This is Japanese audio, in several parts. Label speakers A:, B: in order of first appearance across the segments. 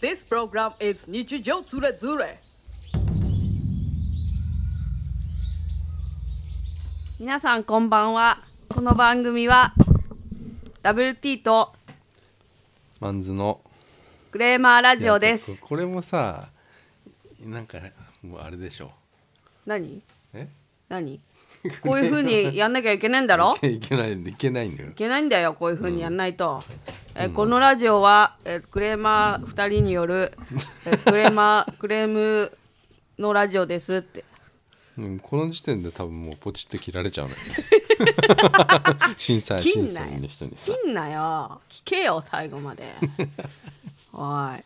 A: This program is 日常ズレズレ。
B: 皆さんこんばんはこの番組は WT と
C: マンズの
B: グレーマーラジオで
C: いやちょっ
B: す
C: とこれもさなんかもうあれでしょ
B: 何
C: え
B: 何 こういう風にやんなきゃいけないんだろ
C: いけいけないいけないんだよ
B: いけないんだよこういう風にやんないと、えーこのラジオは、えークレーマー2人による、えークレーマークレームのラジオですって
C: うん、この時点で多分もうポチって切られち ゃうのよ審査
B: 切
C: 審
B: ん
C: 査
B: なよ
C: 員の人にさ
B: 切んなよ聞けよ最後までおい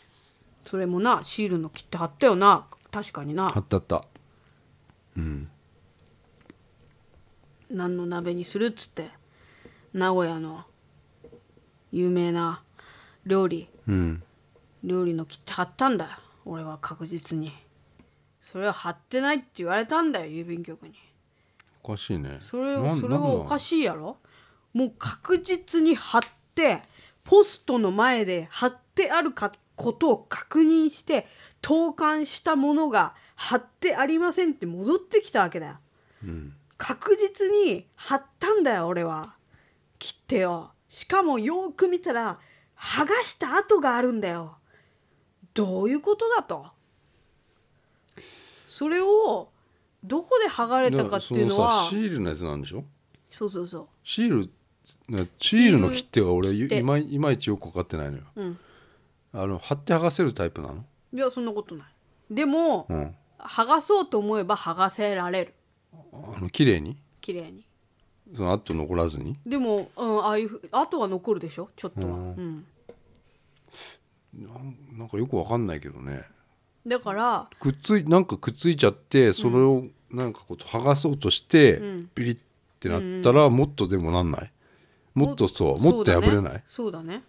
B: それもなシールの切って貼ったよな確かにな
C: あったあった
B: 何の鍋にするっつって名古屋の有名な料理
C: うん
B: 料理の切って貼ったんだよ俺は確実にそれを貼ってないって言われたんだよ郵便局に
C: おかしいね
B: それ
C: な
B: を
C: ん
B: それ
C: なん
B: は
C: なの
B: おかしいやろもう確実に貼ってポストの前で貼ってあるかことを確認して投函したものが貼ってありませんって戻ってきたわけだよ
C: うん
B: 確実に貼ったんだよ俺は切ってよしかもよーく見たら剥がした跡があるんだよどういうことだとそれをどこで剥がれたかっていうの
C: だ
B: は
C: らそのさシールのやつなんでしょ
B: そうそうそ
C: シールなシールの切手は俺
B: 切手
C: いまいいまいちよく分かってないのよ
B: ううん
C: あの貼って剥がせるタイプなの
B: いやそんなことないでも、
C: うん
B: 剥がそうと思えば剥がせられる
C: あの綺麗に
B: 綺麗に
C: その後残らずに
B: でも、うん、ああいうふ跡は残るでしょちょっとは、うん
C: なんなんかよく分かんないけどね
B: だから
C: くっついなんかくっついちゃってそれをなんかこう剥がそうとして、ピリってなったら、もっとでもなんないもっとそうもっと
B: だ
C: 破
B: ね
C: れない
B: そうだね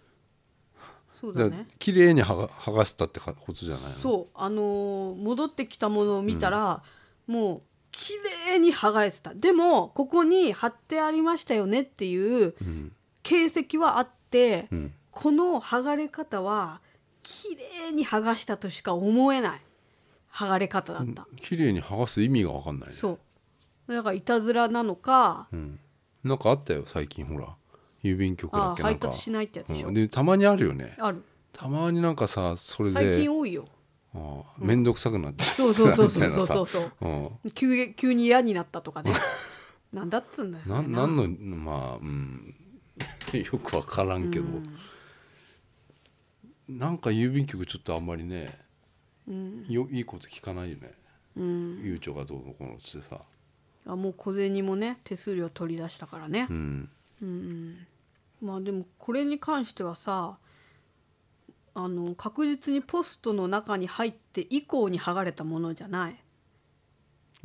B: そう
C: だ
B: だ
C: から
B: ね
C: 綺麗に剥が剥がしたってことじゃないの
B: そうあのー戻ってきたものを見たら、もう綺麗に剥がれてたでもここに貼ってありましたよねっていう形跡はあって、
C: うん
B: この剥がれ方は綺麗に剥がしたとしか思えない剥がれ方だった、
C: 綺麗に剥がす意味が分かんないね
B: そうだからいたずらなのか、
C: うん、なんかあったよ最近ほら郵便局だっけ
B: あー
C: なんか
B: 配達しないってやつでしょ
C: うんでたまにあるよね
B: ある
C: たまになんかさそれ
B: 最
C: で
B: 近多いよ
C: あー面倒くさくなって
B: そうそうそうそう
C: みた
B: そ
C: い
B: う
C: なさ
B: そうそう
C: うん
B: 急急に嫌になったと かねなんだっつうんだよ
C: な
B: それ
C: なんのまあうん よくわからんけど、なんか郵便局ちょっとあんまりね、よいいこと聞かないよね、ゆうちょがどうのこうのっつってさ、
B: あもう小銭もね手数料取り出したからね
C: う、ん、
B: まあでもこれに関してはさあの確実にポストの中に入って以降に剥がれたものじゃない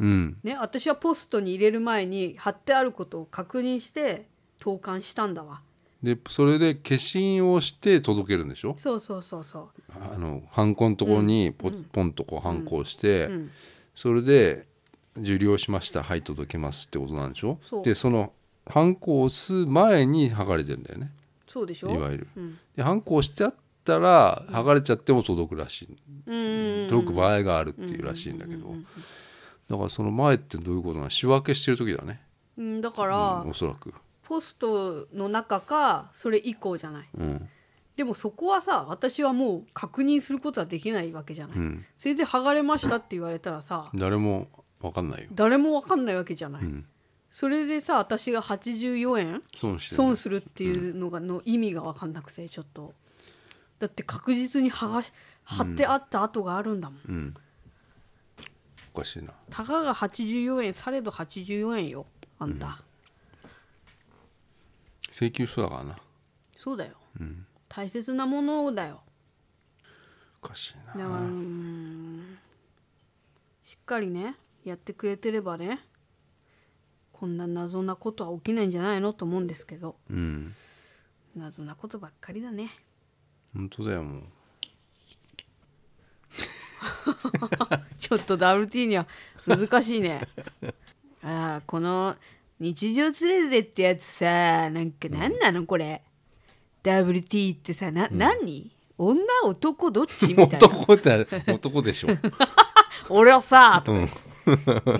C: うん、
B: ね私はポストに入れる前に貼ってあることを確認して投函したんだわ
C: でそれで消印をして届けるんでしょ
B: そうそうそうそ
C: あのハンコのところにポ,、ポンとこうハンコをして、
B: う、うん、
C: それで受領しましたはい届けますってことなんでしょ
B: そう
C: でそのハンコを押す前に剥がれてんだよね
B: そうでし
C: い
B: ょ
C: わゆる。
B: うん
C: でハンコをしてあったら剥がれちゃっても届くらしい、
B: うん
C: 届く場合があるっていうらしいんだけどだからその前ってどういうことなの仕分けしてる時だね、
B: うんだから、
C: うんおそらく、
B: ポストの中かそれ以降じゃない
C: うん
B: でもそこはさ私はもう確認することはできないわけじゃない、
C: うん、
B: それで剥がれましたって言われたらさ
C: 誰も分かんないよ
B: 誰も分かんないわけじゃない、
C: ん
B: それでさ私が84円
C: 損してる
B: 損するっていうのがの意味が分かんなくてちょっとだって確実に剥がし貼ってあった跡があるんだもん、
C: うん、おかしいな
B: たかが84円されど84円よあんた、
C: 請求書だからな
B: そうだよ、大切なものだよ
C: おかしいな
B: だからうーんしっかりねやってくれてればねこんな謎なことは起きないんじゃないのと思うんですけど
C: うん
B: 謎なことばっかりだね
C: 本当だよもう
B: ちょっと WT には難しい ねああこの日常つれれってやつさなんか何なのこれ、WT ってさな、何女 男どっちみたいな
C: 男って男でしょ、
B: 俺はさ
C: うん、
B: え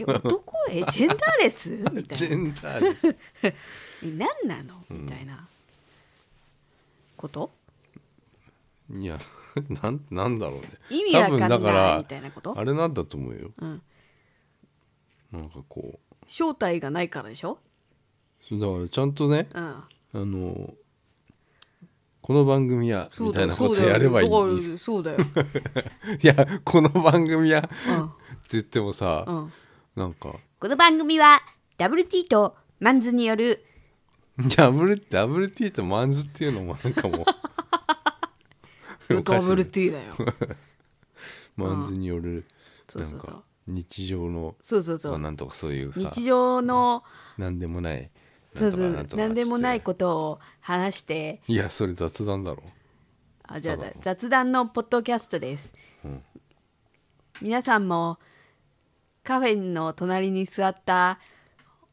B: 男えジェンダーレスみた
C: ジ
B: いな
C: ェンダーレス
B: え何なのみたいなこと
C: いやなんなんだろうね
B: 意味わかんない
C: 多分だら
B: みたいなこと
C: あれなんだと思うよ、
B: ん
C: なんかこう
B: 正体がないからでしょ
C: そうだからちゃんとね
B: うん
C: あのこの番組や
B: そ
C: み
B: う
C: た
B: だ
C: い
B: よ
C: なことやればいい
B: だか
C: のに
B: らそう だよ
C: いやこの番組や、
B: ん
C: って言ってもさ、
B: うん
C: なんか
B: この番組は WT とマンズによる
C: WT WT とマンズっていうのもなんか もうおかしいね
B: WT だよ
C: マンズによる
B: そう
C: な
B: そ
C: ん
B: うそう
C: か日常の
B: そうそうそ
C: まあ
B: う
C: なんとかそういうさ
B: 日常の
C: なんでもない
B: そうそ
C: なん
B: う
C: とかなんとか
B: 何でもない
C: つっ
B: ことを話して
C: ていやそれ雑談だろ
B: あじゃあ
C: ただの
B: 雑談のポッドキャストです、
C: うん
B: 皆さんもカフェの隣に座った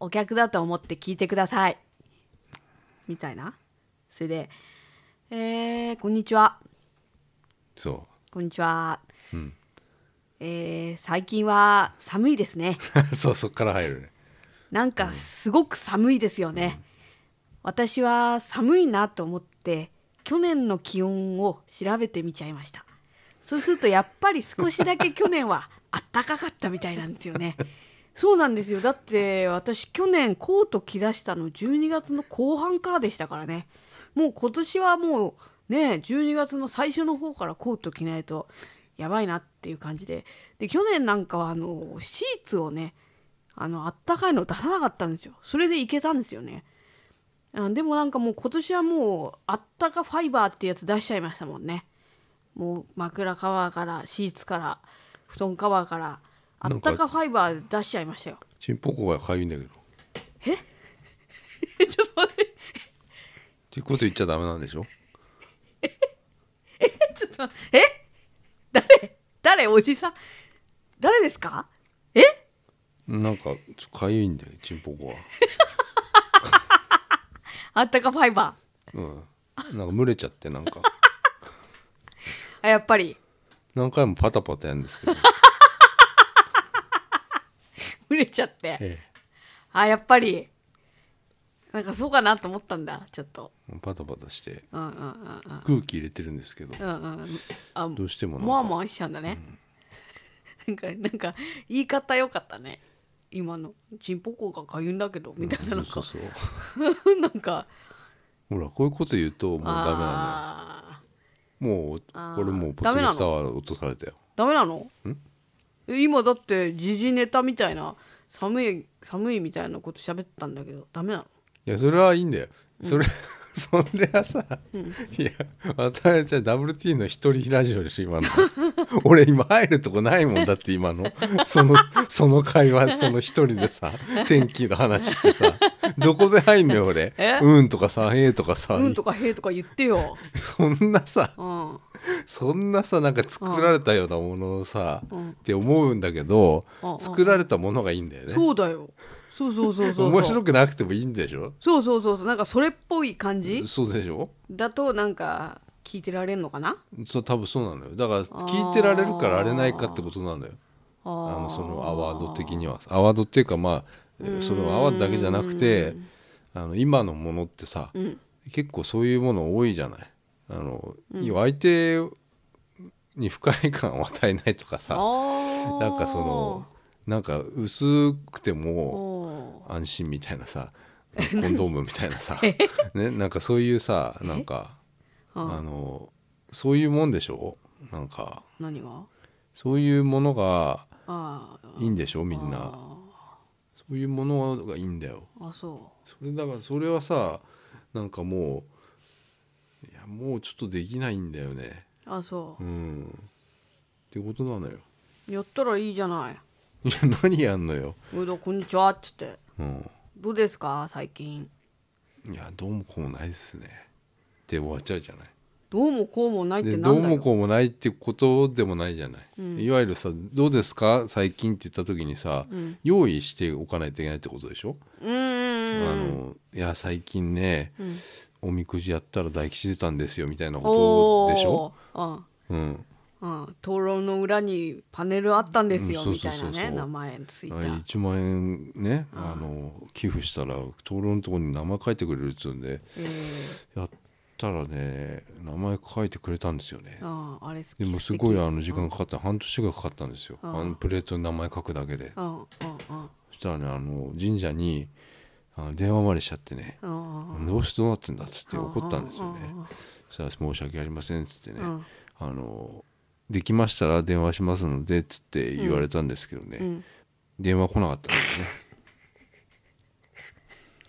B: お客だと思って聞いてくださいみたいなそれで「えー、こんにちは
C: そ
B: こんにちは、
C: ん
B: えー最近は寒いですね
C: う そうそっから入るね
B: なんかすごく寒いですよね、私は寒いなと思って去年の気温を調べてみちゃいましたそうするとやっぱり少しだけ去年はあったかかったみたいなんですよねそうなんですよだって私去年コート着だしたの12月の後半からでしたからねもう今年はもうね12月の最初の方からコート着ないとやばいなっていう感じでで去年なんかはあのシーツをねあのあったかいの出さなかったんですよそれでいけたんですよねあでもなんかもう今年はもうあったかファイバーってやつ出しちゃいましたもんねもう枕カバーからシーツから布団カバーからあったかファイバー出しちゃいましたよ
C: ちんぽこがかゆいんだけどっ
B: ち ょっと待って
C: ていうこと言っちゃダメなんでしょ
B: ちょっと待ってえ誰誰おじさん誰ですかえ
C: なんかちょかゆいんだよちんぽこは
B: あったかファイバ
C: うんなんか蒸れちゃって なんか
B: ーあやっぱり
C: 何回もパタパタやるんですけど、
B: 蒸れちゃって
C: え
B: あやっぱりなんかそうかなと思ったんだちょっと
C: え、パタパタして
B: うんうんうん
C: 空気入れてるんですけど、
B: うんうんあ
C: どうしてもなんか
B: もわもわしちゃうんだね、 なんかなんか言い方良かったね今の「ちんぽこがかゆいんだけど」みたいな
C: そ
B: なん
C: うそ
B: か
C: う、そ う
B: なんか
C: ほらこういうこと言うともうダメな
B: あ
C: のよもうこれもうポ
B: ダ
C: ッ
B: メ
C: ド
B: なの
C: キャストアワー落とされたよ
B: ーダメなのえ今だって時事ネタみたいな寒い寒いみたいなこと喋ってたんだけどダメなの
C: いやそれはいいんだよそれ、 それはさ、いや私じゃ WT の一人ラジオでしょ今の 俺今入るとこないもんだって今の そのその会話その一人でさ天気の話ってさどこで入んのよ俺
B: え
C: うんとかさえーとかさ、
B: うんとかへーとか言って よ、
C: そんなさ
B: うん、
C: そんなさなんか作られたようなものをさ、
B: うん
C: って思うんだけど、
B: うんうん
C: 作られたものがいいんだよね、
B: そうだよそうそうそうそうそう
C: 面白くなくてもいいんでしょ
B: そうそうそうそうなんかそれっぽい感じ
C: そうでしょ
B: だとなんか聞いてられんのかな
C: そう多分そうなのよだから聞いてられるからあれないかってことなのよ
B: あ
C: あ
B: ー
C: のそのアワード的にはアワードっていうかまあそのアワードだけじゃなくてあの今のものってさ、結構そういうもの多いじゃないあの、要は相手に不快感を与えないとかさ
B: あ
C: なんかそのなんか薄くても
B: の
C: 安心みたい なさコンドームみたいなさ、ね、なんかそういうさなんかあのそういうもんでしょなんか
B: 何が
C: そういうものが
B: あー
C: いいんでしょみんなそういうものがいいんだよ
B: あそ
C: それだからそれはさなんかもういやもうちょっとできないんだよね
B: うあそうう、
C: んってことなのよ
B: やったらいいじゃない
C: いや何やんのよ、
B: 「うどこんにちは」っつって
C: うん
B: 「どうですか最近
C: いやどうもこうもないですねって終わっちゃうじゃない
B: どうもこうもない」っ
C: で
B: て
C: ど
B: なん
C: う
B: だよ
C: もこうもないってことでもないじゃない、いわゆるさ「どうですか最近」って言った時にさ、用意しておかないといけないってことでしょ、
B: うーん
C: あのいや最近ね、おみくじやったら大吉出たんですよみたいなことでしょ、
B: おー
C: う
B: う
C: ん、
B: んうん、灯籠の裏にパネルあったんですよ、
C: うん
B: みたいな
C: そうそうそう
B: ね
C: そう
B: 名前ついた、
C: 1万円ねあの寄付したら灯籠のところに名前書いてくれるっつうんで
B: えー
C: やったらね名前書いてくれたんですよね
B: あーあれ好き
C: でもすごいあの時間かかった半年がかかったんですよ
B: あ
C: あのプレートに名前書くだけで
B: うんうんうん
C: そしたらねあの神社にあの電話までしちゃってね
B: うんうん
C: どうしてどうなってんだっつって怒ったんですよね
B: うんうんうん
C: そしたら申し訳ありませんっつってね
B: うん
C: あのできましたら電話しますのでっつって言われたんですけど
B: う
C: ね
B: ん
C: 電話来なかったんですね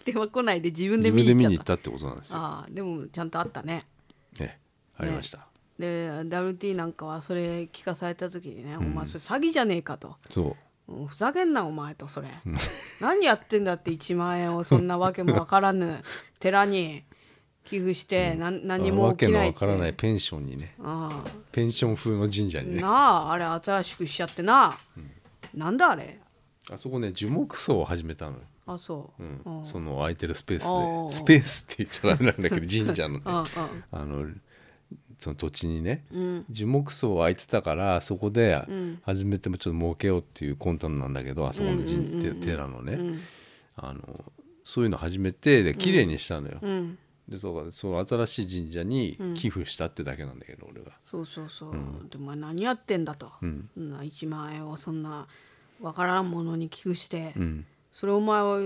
B: 電話来ないで自 分で
C: 自
B: 見
C: 分
B: に行
C: で
B: っちゃっ
C: 見に行
B: た
C: ったってことなんですよ。
B: ああでもちゃんとあったね
C: ええ、ありました。
B: で WT なんかはそれ聞かされた時にね「お前それ詐欺じゃねえか」と
C: そう。
B: 「もうふざけんなお前」と「それ 何やってんだって1万円をそんなわけもわから ぬ寺に寄付して何何も
C: わ
B: 起
C: け
B: き
C: の
B: ないっ
C: わ
B: て
C: からないペンションにね、
B: ああ
C: ペンション風の神社にね。
B: なああれ新しくしちゃってな、なんだあれ
C: あそこね樹木葬を始めたのよ。
B: あそう、
C: うん
B: うん
C: その空いてるスペ
B: あ
C: ー
B: ー
C: スでスペースって言っちゃダメなんだけど神社のね
B: うんうん
C: あのその土地にね、
B: うん
C: 樹木葬空いてたからそこで
B: ん
C: 始めてもちょっと儲けようっていう魂胆なんだけどあそこの神、
B: うんうんうんうん
C: て寺のね、
B: うん
C: あのそういうの始めてで綺麗にしたのよ、
B: うん
C: でそうかその新しい神社に寄付したってだけなんだけど、俺が
B: そうそうそう、でも何やってんだと、
C: うん
B: そんな1万円をそんなわからんものに寄付して、
C: うん
B: それお前は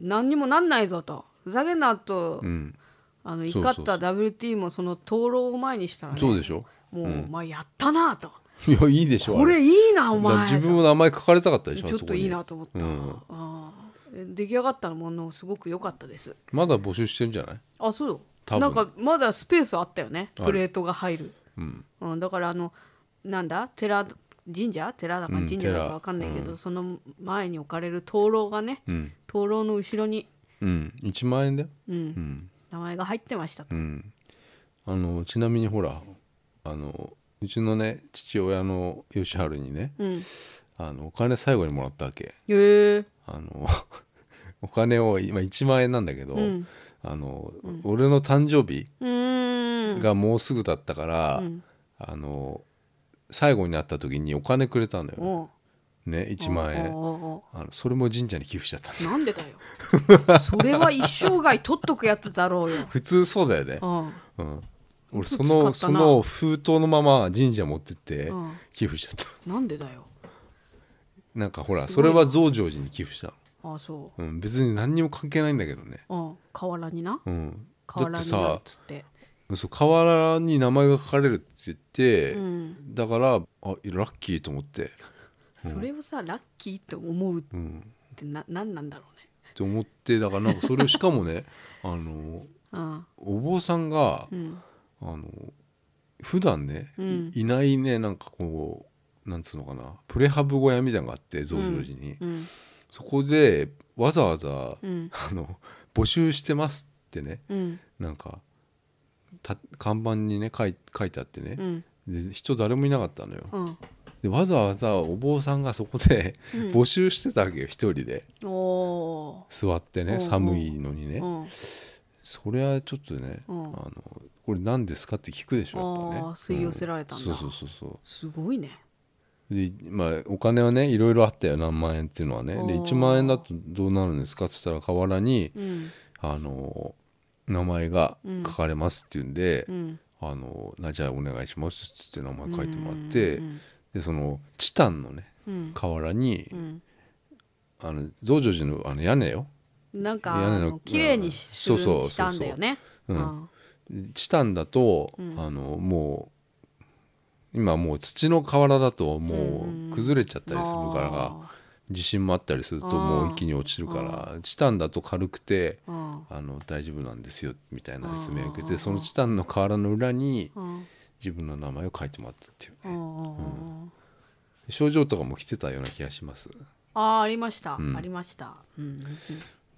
B: 何にもなんないぞとふざけんなと、
C: うん
B: あの
C: そう
B: 怒
C: そう
B: った WT もその灯籠を前にしたら、ね、
C: そうでしょ
B: もう、お前やったなと
C: いやいいでしょ
B: これ
C: い
B: いいなお前
C: 自分も名前書かれたかったでしょ
B: ちょっ
C: あそ
B: と
C: こに
B: いいなと思った、
C: うん
B: あー出来上がったものすごく良かったです
C: まだ募集してるんじゃない
B: あそう
C: 多分
B: なんかまだスペースあったよね
C: ある
B: プレートが入る、
C: うん
B: うん、だからあのなんだ寺神社寺だか
C: うん
B: 神社だか
C: 寺
B: わかんないけど、その前に置かれる灯籠がね、
C: うん
B: 灯籠の後ろに、
C: うん1万円だよ
B: うん
C: うん
B: 名前が入ってましたと、
C: うんあのちなみにほらあのうちのね父親の吉春にね
B: うん、へ
C: あのお金最後にもらったわけ
B: え
C: あの お金を今1万円なんだけど、
B: ん
C: あの俺の誕生日
B: うーん
C: がもうすぐだったから、
B: ん
C: あの最後になった時にお金くれたのよ、
B: おう
C: ね1万円
B: おうおうおう
C: あのそれも神社に寄付しちゃった
B: なんでだよそれは一生涯取っとくやつだろうよ、
C: 普通 そうだよね
B: う、ん、
C: うん、俺
B: 普
C: そ
B: 通
C: の
B: 使っ
C: そ
B: たな
C: の封筒のまま神社持ってって
B: うん
C: 寄付しちゃった、
B: なんでだよ
C: なんかほら
B: す
C: そ
B: ごい
C: れ
B: な
C: は増上寺に寄付した
B: ああそ
C: の、うん、別に何にも関係ないんだけどね、
B: う、うん、河原にな
C: うん、だ
B: 河原
C: って
B: になっ
C: さ
B: つって
C: そう河原に名前が書かれるって言って、
B: うん
C: だからあラッキーと思って、
B: それをさラッキーって思うっ
C: うん、
B: てな何なんだろうね
C: って思ってだからなんかそれをしかも ねあの
B: うん
C: お坊さんが、
B: うん
C: あの普段ね、い
B: うん
C: いないねなんかこうなんつうのかなプレハブ小屋みたいなのがあって増上寺に、
B: うん
C: そこでわざわざ、
B: うん
C: あの募集してますってね
B: うん
C: なんかた看板にね書い書いてあって
B: う
C: ね、
B: ん
C: で人誰もいなかったのよ、
B: うん
C: でわざわざお坊さんがそこで
B: うん
C: 募集してたわけよ一人で
B: おお
C: 座って
B: うん
C: ね寒いのにね、
B: ーうん
C: それはちょっとね、
B: うん
C: あのこれ何ですかって聞くでしょや
B: あ
C: っぱね
B: ー吸い寄せられたんだ
C: うそうそうそうそ
B: すごいね
C: うでまあお金はねいろいろあったよ何万円っていうのはねで
B: おー
C: 1万円だとどうなるんですかって言ったら河原に、
B: うん
C: あの名前が書かれますっていうんで、
B: うん
C: あのなじゃあお願いしますっつって名前書いてもらっ
B: う
C: て
B: ん
C: でそのチタンのね
B: うん
C: 河原に、
B: うん
C: あの増上寺のあの屋根よ
B: なんか
C: 屋根
B: あ
C: の
B: の綺麗にしする
C: そうそう
B: したんだよね
C: そうそううん
B: あ
C: チタンだと、
B: うん
C: あのもう今もう土の瓦だとも
B: うん
C: う崩れちゃっ
B: ー
C: たりするから、
B: あ
C: 地震もあったりするともう一気に落ちるからチタンだと軽くて
B: ーうん
C: あの大丈夫なんですよみたいな説明を受け
B: う
C: て
B: ん
C: そのチタンの瓦の裏に
B: うん
C: 自分の名前を書いてもらったっていう
B: う
C: ね
B: んうんうんうん
C: 症状とかも来てたような気がします
B: あーありました、
C: ん
B: ありました、うん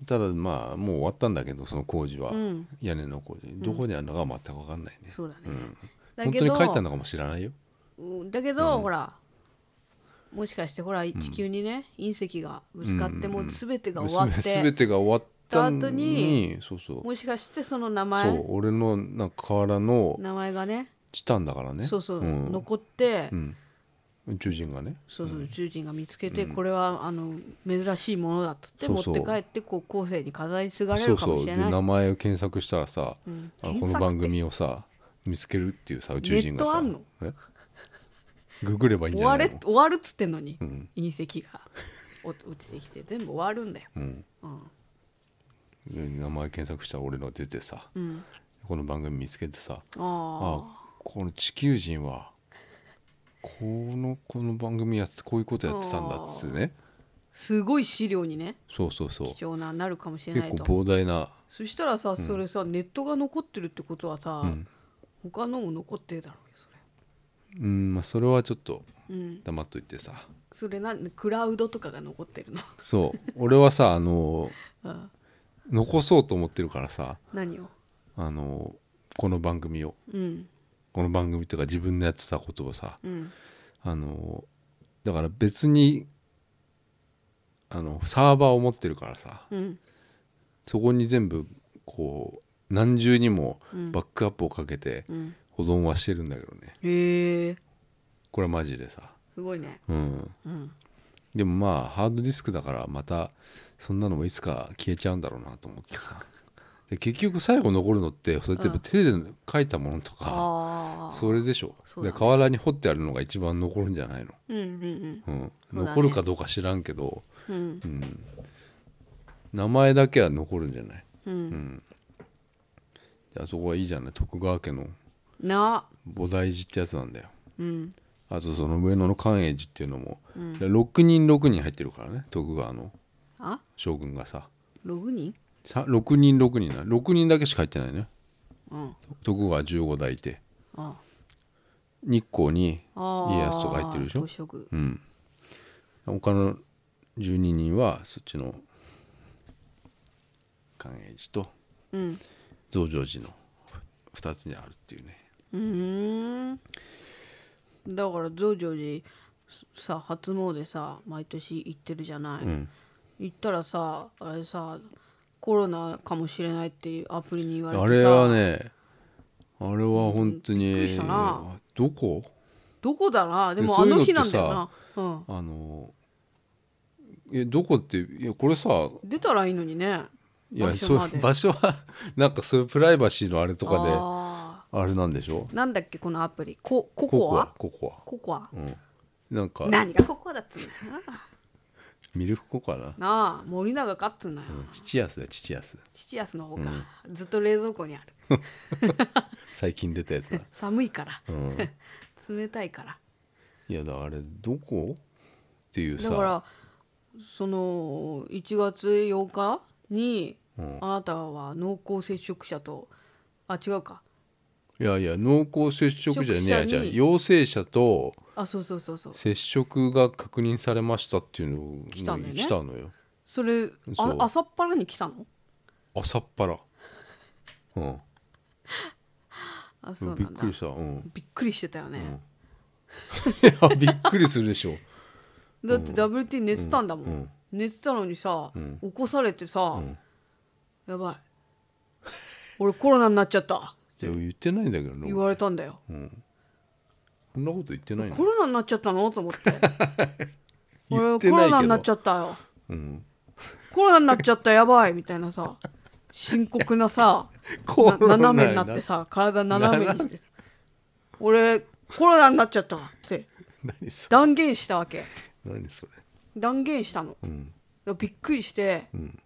C: ただまあもう終わったんだけどその工事は、
B: うん
C: 屋根の工事どこにあるのかは全く分かんないね、
B: そうだね、
C: ん
B: だ
C: 本
B: け
C: 当
B: ど
C: に書いたのかもしれないよ
B: うんだけど、ほらもしかしてほら地球にね隕石がぶつかってもう全てが終わって、
C: 全てが終わっ
B: った後に
C: にそうそう
B: もしかしてその名
C: そ
B: 前
C: う俺のなんか瓦の
B: 名前がね
C: チタンだからね
B: そうそう、
C: ん
B: 残って、
C: うん、宇宙人がね
B: そうそう宇宙人が見つけて、これはあの珍しいものだっつって
C: そ
B: 持
C: う
B: っ
C: そう
B: て帰ってこう後世に飾り継がれ
C: そ
B: る
C: う
B: か
C: そ
B: も
C: う
B: しれ
C: で
B: ない
C: 名前を検索したらさ、
B: ん
C: あのこ
B: 検
C: の
B: 索
C: 番組をさ見つけるっていうさ宇宙人がさ
B: ネット
C: えググればいいんじ
B: 終
C: ゃ
B: わ
C: ない
B: れ
C: の
B: 終わるっつってんのに、
C: うん
B: 隕石がお 落ちてきて全部終わるんだよ、
C: うん
B: うん
C: で名前検索したら俺の出てさ、
B: うん、
C: この番組見つけてさ
B: ああ
C: あこの地球人はこのこの番組やってこういうことやってたんだっつってね
B: すごい資料にね
C: そうそうそう
B: 貴重ななるかもしれ
C: 結
B: ない
C: 構
B: と
C: 膨大な
B: そしたらさそれさ、ネットが残ってるってことはさ、
C: うん
B: 他のも残ってるだろうよ
C: うんまあそれはちょっと
B: それうん
C: 黙っといてさ
B: それなんクラウドとかが残ってる の
C: そう俺はさあの
B: うん
C: 残そうと思ってるからさ
B: 何を
C: あのこの番組を
B: うん
C: この番組とか自分のやってたことをさ
B: うん
C: あのだから別にあのサーバーを持ってるからさ
B: うん
C: そこに全部こう何重にも
B: うん
C: バックアップをかけて
B: うん
C: 保存はしてるんだけどね
B: へえ
C: これはマジでさ
B: すごいね
C: うん
B: うん
C: でもまあハードディスクだからまたそんなのもいつか消えちゃうんだろうなと思って さで結局最後残るのってそうやってやっぱ手で書いたものとか、
B: ああ
C: それでしょ
B: そうだ
C: で
B: ね
C: 河原に掘ってあるのが一番残るんじゃないの、
B: うんうん
C: うん
B: そうだね
C: 残るかどうか知らんけど、
B: うんうん
C: うん、名前だけは残るんじゃない
B: うん
C: であそこはいいじゃない徳川家の
B: な
C: 菩提寺ってやつなんだよ
B: うん
C: あとその上野の寛永寺っていうのも、6人6人入ってるからね徳川の
B: あ
C: 将軍がさ
B: 6人
C: さ6人6人な6人だけしか入ってないね
B: うん
C: 徳川15代いて
B: あ
C: 日光に
B: あ
C: 家康とか入ってるでしょ
B: 五色
C: うん他の12人はそっちの寛永寺と
B: うん
C: 増上寺の2つにあるっていうね
B: うーんだから増上寺さ初詣さ毎年行ってるじゃない、
C: うん
B: 行ったらさあれさコロナかもしれないっていうアプリに言われてさ
C: あれはねあれは本当
B: びっくり
C: に
B: したな
C: どこ
B: どこだなでも
C: そ
B: あ
C: ういうの
B: の日なんだよなうん、
C: あのえどこっていやこれさ
B: 出たらいいのにね
C: いや
B: 場
C: そ
B: 所ま
C: う
B: で
C: 場所はなんかそういうプライバシーのあれとかであ
B: あ
C: れなんでしょ
B: ーなんだっけこのアプリココ
C: コ
B: コ
C: コア
B: ア
C: ココア
B: ココア
C: うんなんか
B: 何がココアだっつうんだよ
C: ミルクココアな
B: ななあ森永かっつうんだよ、
C: 父安だよ父安
B: 父安の方が、ずっと冷蔵庫にある
C: 最近出たやつ だ
B: 寒いから
C: うん
B: 冷たいから
C: いやだからあれどこっていうさ
B: だからその1月8日に、
C: うん
B: あなたは濃厚接触者とあ違うか
C: いやいや濃厚接触者じゃね
B: 接触
C: え
B: 者
C: じゃあ
B: に
C: 陽性者と
B: あそうそうそうそう
C: 接触が確認されましたっていうのが
B: 来たんだよね
C: 来たのよ
B: それ
C: そ
B: あ
C: う
B: 朝っぱらに来たの
C: 朝っぱらうん
B: あそうなん
C: び
B: だ
C: っくりしたうん
B: びっくりしてたよね、
C: いやびっくりするで しょ
B: だって WT 寝てたんだもん、
C: うんうん
B: 寝てたのにさ、
C: うん
B: 起こされてさ、
C: ん
B: やばい俺コロナになっちゃった
C: いや言ってないんだけどね
B: 言われたんだよ、
C: そんなこと言ってないの
B: コロナになっちゃったのと思って
C: 言
B: 俺
C: っ
B: コ
C: てないけど
B: ロナになっちゃったよ
C: うん、
B: コロナになっちゃったやばいみたいなさ深刻なさ
C: コロ
B: な
C: ナ
B: 斜めになってさ体斜めにしてさ俺コロナになっちゃったって
C: 何そ
B: 断言したわけ
C: れ何それ
B: 断言したの
C: うん
B: びっくりして、
C: ん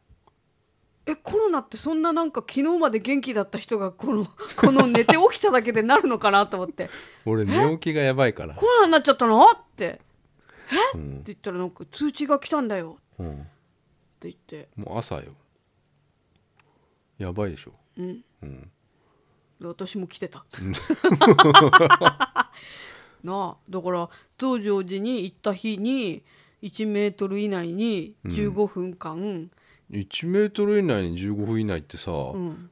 B: えコロナってそんななんか昨日まで元気だった人がこの この寝て起きただけでなるのかなと思っ て
C: 俺寝起きがやばいから
B: コロナになっちゃったのって
C: う
B: っ
C: ん、
B: て言ったらなんか通知が来たんだよ
C: うん、
B: って言って
C: もう朝よやばいでしょ
B: うん
C: うん
B: で私も来て たなあだから増上寺に行った日に1メートル以内に15分間、
C: 1メートル以内に15分以内ってさ、
B: うん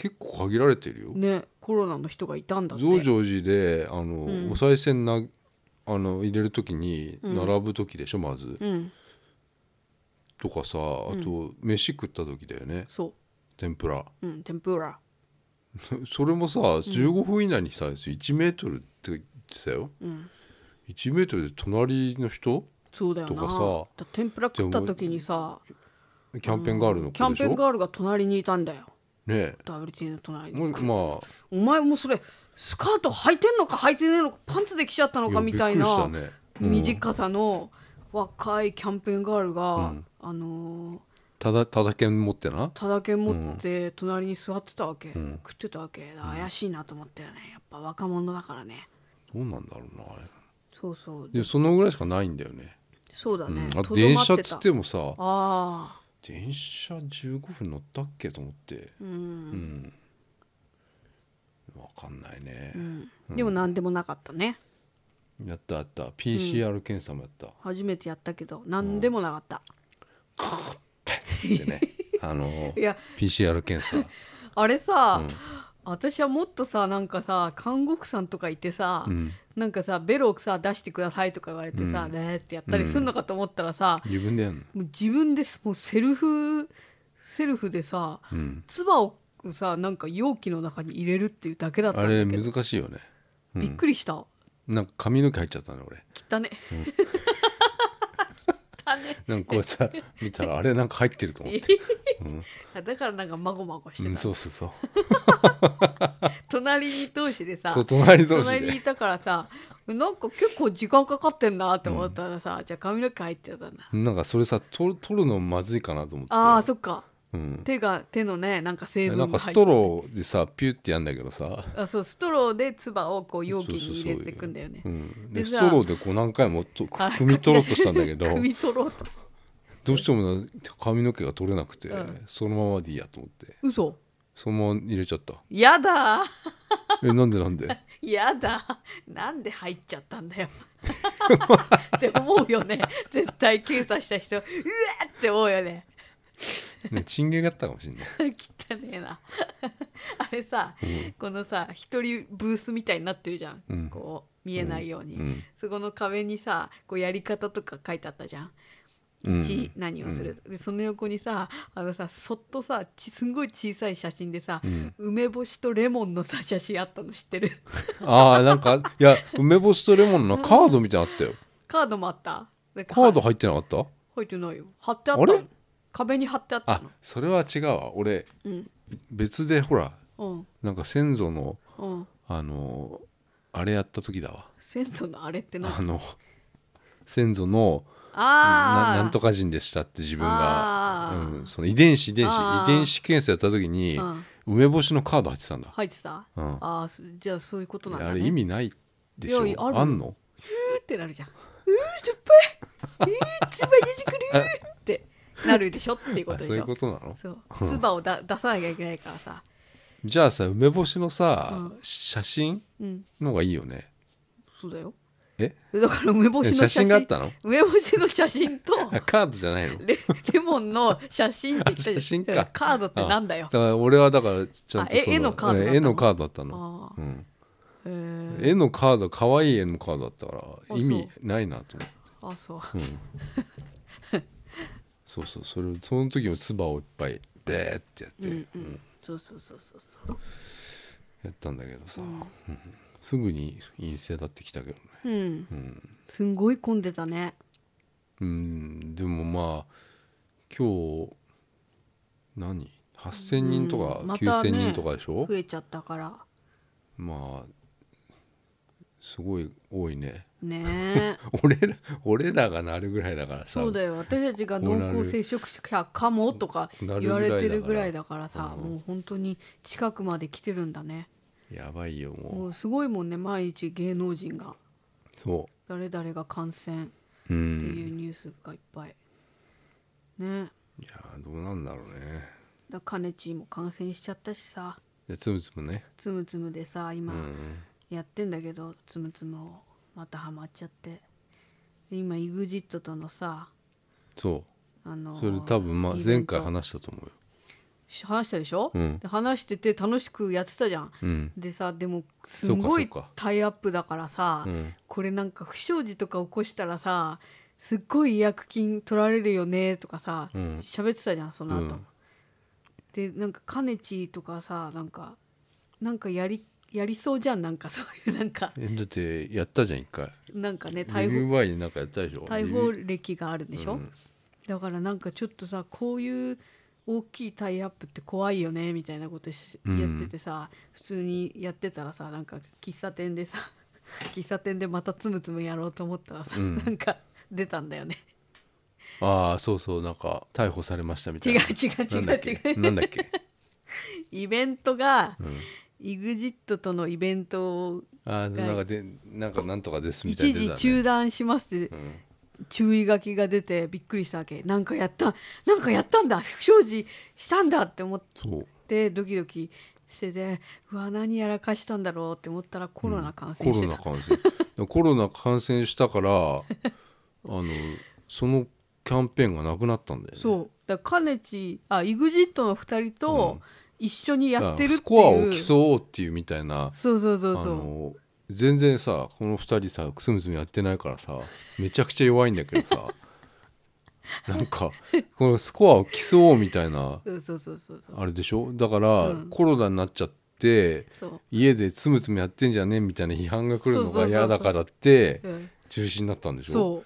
C: 結構限られてるよ
B: ねコロナの人がいたんだって
C: 増上寺であの、
B: ん
C: お賽銭なあの入れる時に並ぶ時でしょ、まず
B: うん
C: とかさあと飯食った時だよね
B: そ
C: 天ぷら
B: う、うん、天ぷら、
C: それもさ15分以内にさ1メートルって言ってたよ
B: うん、
C: 1メートルで隣の人
B: そうだよな
C: とかさ
B: だ天ぷら食った時にさ
C: キャンペーンガールの
B: キャ
C: 子
B: ン
C: でし
B: ペ
C: ょ
B: ーンガールが隣にいたんだよ
C: ね
B: WT の隣
C: え
B: に
C: もう
B: お前もそれスカート履いてんのか履いてねえのかパンツで来ちゃった
C: まあ
B: のかみたい
C: や
B: な
C: びっくりしたね、うん
B: 短さの若いキャンペーンガールが、
C: うん
B: あのー
C: ただただ剣持ってな
B: ただけ持って隣に座ってたわけ、
C: ん
B: 食ってたわけだから怪しいなと思ったよねやっぱ若者だからね
C: どうなんだろうなあれ
B: そうそう
C: でそのぐらいしかないんだよね
B: そうだ
C: う
B: ね
C: ん、あ
B: とど
C: 電
B: ま
C: 車
B: っ
C: ってつ
B: た
C: ってもさ
B: ああ
C: 電車15分乗ったっけと思って
B: う、
C: うんん、わかんないね、
B: うん、でも何でもなかったね
C: やったやった PCR 検査もやった、
B: 初めてやったけど何でもなかった、
C: でね あの
B: いや
C: PCR 検査
B: あれさ、私はもっとさなんかさ看護婦さんとかいてさ、
C: うん
B: なんかさベロをさ出してくださいとか言われてさ、ねーってやったりすんのかと思ったらさ、
C: 自分でやんの
B: もう自分ですもうセルフセルフでさ
C: うん
B: 唾をさなんか容器の中に入れるっていうだけだったん
C: あ
B: だ
C: れ
B: けど、
C: 難しいよね
B: びっくりした
C: なんか髪の毛入っちゃったね俺
B: 汚ね、 汚ね
C: なんかこう さ見たらあれなんか入ってると思って、
B: あだからなんかまごまごしてた、
C: うん、そうそうそう
B: 隣に同士でさ
C: そう 隣同士
B: 隣にい
C: で
B: たからさなんか結構時間かかってんなって思ったらさ、じゃあ髪の毛入ってたんだ
C: なんかそれさ取る取るのまずいかなと思って
B: あーそっか
C: うん、
B: 手が手のねなんか成分
C: なん
B: が入
C: かス
B: っちゃ
C: ト
B: って
C: ローでさピュってやんだけどさ
B: あそうストローで唾をこう容器
C: そうそう
B: に
C: そう
B: 入れていくんだよね
C: うん、
B: で
C: で
B: さ
C: ストローでこう何回もと
B: あ
C: 汲み取ろうとしたんだけ ど
B: 汲み取ろうと
C: どうしても髪の毛が取れなくて、
B: うん
C: そのままでいいやと思って
B: 嘘
C: そのまま入れちゃった
B: やだー
C: えなんでなんで
B: やだなんで入っちゃったんだ よって思うよね絶対検査した人うわーって思うよね
C: ねチンゲンがあったかもしれない
B: 汚ねえな あれさ、このさ一人ブースみたいになってるじゃん、
C: うん
B: こう見えないように、
C: うんうん
B: そこの壁にさこうやり方とか書いてあったじゃん
C: うん
B: 1何をする、でその横にさあのさそっとさちすんごい小さい写真でさ、
C: ん
B: 梅干しとレモンのさ写真あったの知っ てる
C: ああなんかいや梅干しとレモンのカードみたいなのあったよ
B: カードもあったで
C: カード
B: は
C: 入ってなかった
B: 入ってないよ貼ってあったの
C: あれ
B: 壁に貼ってあった
C: あ
B: の
C: それは違うわ俺
B: うん
C: 別でほら
B: うん
C: なんか先祖の
B: うん
C: あのあれやった時だわ
B: 先祖のあれって何
C: あの先祖の
B: あ
C: な
B: ー
C: なんとか人でしたって自分が
B: あ、ー
C: うん、その遺伝子遺伝
B: あー
C: 子遺伝子検査やった時に
B: うん
C: 梅干しのカード入ってたんだ、
B: 入ってた、
C: うん
B: ああじゃあそういうことなんだ、ね、
C: あれ意味ないでしょ
B: いやある
C: あんの
B: うーってなるじゃんうーしょっぱいうーつば出てくるーってなるでしょっていうこ
C: あ
B: と
C: そ
B: でしょ
C: ういうことなの
B: そうつばをだ出さなきゃいけないからさ
C: じゃあさ梅干しのさ、写真
B: うん
C: のがいいよね
B: そうだよ
C: え
B: だから梅干しの写真
C: え写真があったの
B: 梅干しの写真 と
C: あカードじゃないの
B: レレモンの写真って言ったじゃん
C: 写真か
B: カードってなんだよ
C: あだから俺はだからちゃんと
B: あえ
C: その
B: 絵のカードだったの
C: え絵のカードだっ
B: あ
C: たのうん
B: へー
C: 絵のカード可愛い絵のカードだったから
B: あ
C: 意味ないなと思って
B: あそう
C: そうそうそれをその時も唾をいっぱいでーってやって、
B: うんうんそうそうそうそうそう
C: やったんだけどさ、うんすぐに陰性だってきたけどね
B: うん、すんごい混んでたね
C: うんでもまあ今日何8,000人とか
B: うんまたね
C: 9,000人とかでしょ、
B: 増えちゃったから
C: まあすごい多いね
B: ねえ
C: 俺ら俺らがなるぐらいだからさ
B: そうだよ私たちが
C: こうなる
B: 濃厚接触者かもとか言われてるぐらいだから
C: な
B: さ
C: るぐらいだからうん
B: もう本当に近くまで来てるんだね
C: やばいよもう
B: もうすごいもんね毎日芸能人が
C: そ
B: 誰々が感染って
C: ううん
B: いうニュースがいっぱいね
C: いやーどうなんだろうね
B: だかねちーも感染しちゃったしさ
C: でつむつむね
B: つむつむでさ今
C: うん
B: やってんだけどつむつむをまたハマっちゃってで今 EXIT とのさ
C: そ
B: あの
C: う
B: ー
C: それ多分まあ
B: イベ
C: 前
B: ント
C: 回話したと思うよ
B: 話したでしょ、
C: うん
B: で話してて楽しくやってたじゃん、
C: うん
B: でさでもす
C: うか
B: ごい
C: そうか
B: タイアップだからさ、
C: うん
B: これなんか不祥事とか起こしたらさすっごい違約金取られるよねとかさ
C: うん
B: 喋、ってたじゃんその後、
C: うん
B: でなんかかねちとかさなんかなんかやりやりそうじゃんなんかそういうなんか
C: えだってやったじゃん一回
B: なんかね
C: リ
B: 逮
C: ビ
B: 捕
C: ューバーになんかやったでしょ
B: 逮捕歴があるんで
C: で
B: しょ、だからなんかちょっとさこういう大きいタイアップって怖いよねみたいなことし、
C: うん
B: やっててさ普通にやってたらさなんか喫茶店でさ 喫茶店でまたつむつむやろうと思ったらさ、
C: うん
B: なんか出たんだよ ね
C: ああそうそうなんか逮捕されましたみた
B: 違う
C: いな
B: 違う違
C: なんだっ
B: う
C: け
B: 違う
C: なんだっけ、
B: イベントが、
C: うん
B: EXIT とのイベントを
C: ああなんかでなんかなんとかですみたい
B: 一
C: な出
B: 時
C: たね
B: 中断しますって
C: うん
B: 注意書きが出てびっくりしたわけなんかやったなんかやったんだ不祥事したんだって思って
C: そう
B: でドキドキしててうわ何やらかしたんだろうって思ったらコロナ感染してた、
C: コロナ感 染コロナ感染したからあのそのキャンペーンがなくなったんだよね
B: そうだからかねちあ EXIT の2人と一緒にやってるっていう、
C: スコアを競おうっていうみたいな
B: そうそうそう
C: あ
B: そう
C: の全然さこの2人さくすむすむやってないからさめちゃくちゃ弱いんだけ どさなんかこのスコアを競おうみたいな
B: そうそうそうそうそう
C: あれでしょだから、コロナになっちゃって
B: そう
C: 家でつむつむやってんじゃねえみたいな批判が来るの
B: そうそうそうそ
C: が
B: う
C: 嫌だからって
B: うん
C: 中止になったんでしょ
B: そ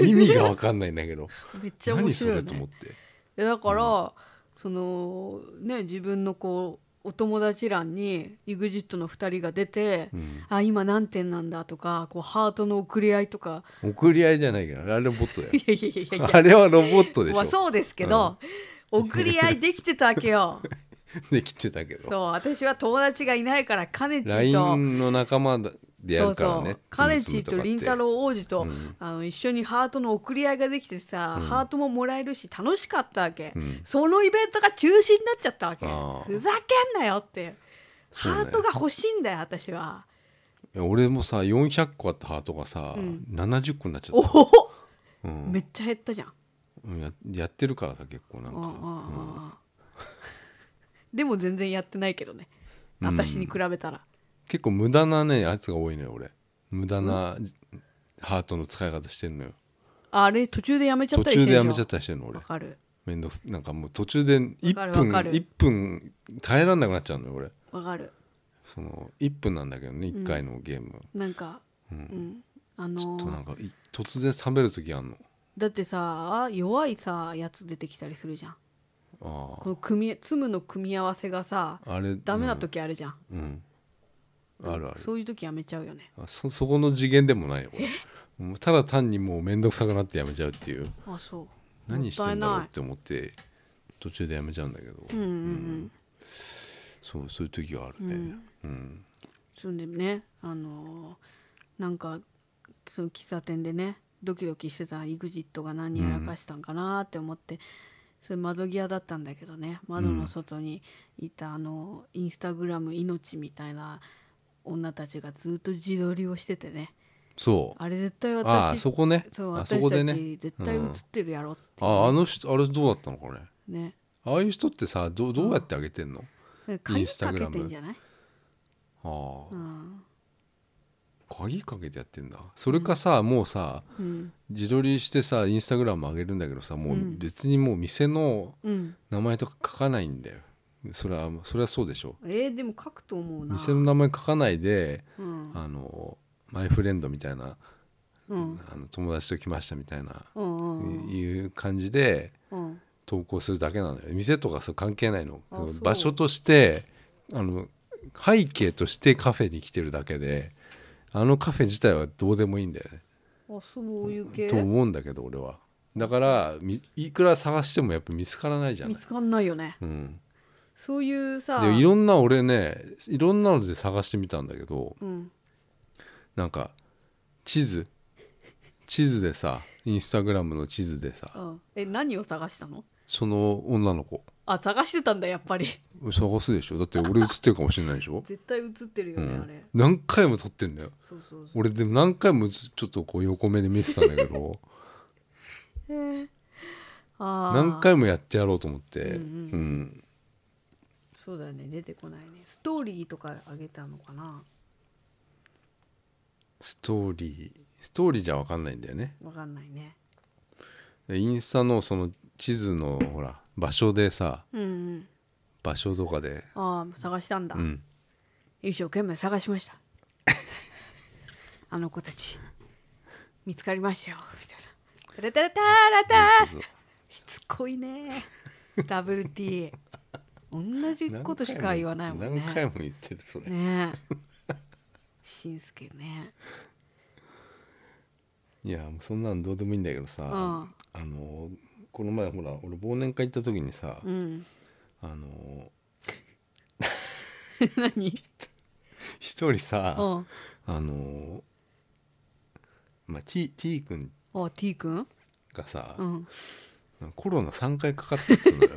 C: 意味が分かんないんだけど
B: うめっちゃ面
C: 何そ
B: 白い、ね、
C: れと思って
B: でだから、そのね自分のこうお友達欄に EXIT の2人が出て、
C: うん
B: あ今何点なんだとかこうハートの送り合いとか
C: 送り合いじゃないけどあれロボットだよ
B: いやいやい やいや
C: あれはロボットでし
B: まあ
C: ょ
B: そうですけど、送り合いできてたわけよ
C: できてたけ
B: そ
C: ど
B: う私は友達がいないからカネチと
C: LINE の仲間でや
B: そう
C: るから
B: そ
C: ね
B: うカネ
C: つむ
B: チと
C: つむかって
B: りんたろう王子と、
C: うん
B: あの一緒にハートの送り合いができてさ、ハートももらえるし楽しかったわけ、
C: うん
B: そのイベントが中止になっちゃったわけ
C: あー
B: ふざけんなよって
C: そうね
B: ハートが欲しいんだよ私は。
C: いや俺もさ400個あったハートがさ、70個になっちゃ
B: お
C: っ
B: お、
C: た、うん
B: めっちゃ減ったじゃん。
C: うんややってるからさ結構なん
B: うんうん
C: か
B: うんうんでも全然やってないけどね
C: うん
B: 私に比べたら。
C: 結構無駄なねやつが多いのよ俺無駄なハートの使い方してんのよ
B: あれ途中でやめちゃっ
C: 途
B: たりし
C: 中
B: て
C: で
B: る
C: や
B: じゃん
C: めちゃったりしてんの俺
B: わかる
C: めんどくさなんかもう途中で1
B: かる
C: 分
B: わかる
C: 1分耐えらんなくなっちゃうのよ俺
B: わかる
C: その1分なんだけどね1回のゲーム、
B: なんか、うんあの
C: ちょっとな
B: ー
C: んかい突然冷める時あんの
B: だってさ弱いさやつ出てきたりするじゃん
C: あ
B: この組み積むの組み合わせがさ
C: ああれ
B: ダメな時あるじゃん、
C: うん、うん、あるある
B: そういう時やめちゃうよね
C: あそそこの次元でもないよ俺もうただ単にもう面倒くさくなってやめちゃうっていう
B: あそう
C: 何してんだろう
B: も
C: っ
B: い
C: て思って途中でやめちゃうんだけど、
B: ないうんうんうん
C: そうそういう時があるね、うん
B: そんでねあのーなんかその喫茶店でねドキドキしてた EXIT が何やらかしたんかなって思って、それ窓際だったんだけどね窓の外にいたあのインスタグラム命みたいな女たちがずっと自撮りをしててね
C: そう
B: あれ絶対私
C: ああそこね
B: そう
C: あ
B: 私
C: そこで
B: た
C: ね
B: ち絶対映
C: う
B: っ
C: ん
B: てるやろって、
C: ああの人あれどうだったのこれ
B: ね
C: ああいう人ってさどうどうやってあげてんの、イ
B: 鍵
C: ンスタ
B: か
C: グ
B: け
C: ラム
B: てんじゃない、
C: ああ
B: うん
C: 鍵かけてやってんだそれかさもうさ
B: うん
C: 自撮りしてさインスタグラム上げるんだけどさもううん別にもう店の
B: うん、
C: 名前とか書かないんだよそれはそれはそうでしょ
B: えーでも書くと思うな
C: 店の名前書かないで
B: うん
C: あのマイフレンドみたいな
B: うん
C: あの友達と来ましたみたいな
B: うんうん
C: いう感じで
B: うん
C: 投稿するだけなのよ店とかそう関係ないの
B: あそう
C: 場所としてあの背景としてカフェに来てるだけであのカフェ自体はどうでもいいんだよね
B: あそういう系
C: と思うんだけど俺はだからみいくら探してもやっぱ見つからないじゃない
B: 見、つかんないよね
C: うん、
B: そういうさ
C: でいろんな俺ねいろんなので探してみたんだけど
B: うん
C: なんか地図地図でさインスタグラムの地図で
B: う
C: さ
B: ん、え何を探したの
C: その女の子
B: あ探してたんだやっぱり
C: 探すでしょだって俺映ってるかもしれないでしょ、
B: 絶対 映ってるよ
C: う
B: ね、あ
C: ん
B: れ、
C: 何回も撮ってんだよ
B: そうそうそう
C: 俺でも何回もずちょっとこう横目で見てたんだけど
B: あー
C: 何回もやってやろうと思って
B: う
C: うんん
B: そうだよね出てこないねストーリーとかあげたのかな
C: ストーリーストーリーじゃ分かんないんだよね
B: わかんないね
C: でインスタのその地図のほら場所でさ
B: うんうん
C: 場所とかで
B: ああ探したんだ、
C: うん
B: 一生懸命探しました あの子たち見つかりましたよみたいなタラタラタラタラ
C: そうそう
B: しつこいね WT 同じことしか言わないもんね
C: 何回も言ってるそれ、
B: ねえしんすけね
C: いやもうそんなんどうでもいいんだけどさ、
B: ん
C: あのこの前ほら俺忘年会行った時にさ、
B: うん
C: あの
B: 何
C: 一人さ、
B: うん
C: あのまあ T, T 君
B: あ T 君
C: がさ、
B: うん
C: コロナ3回かかったっつう のよ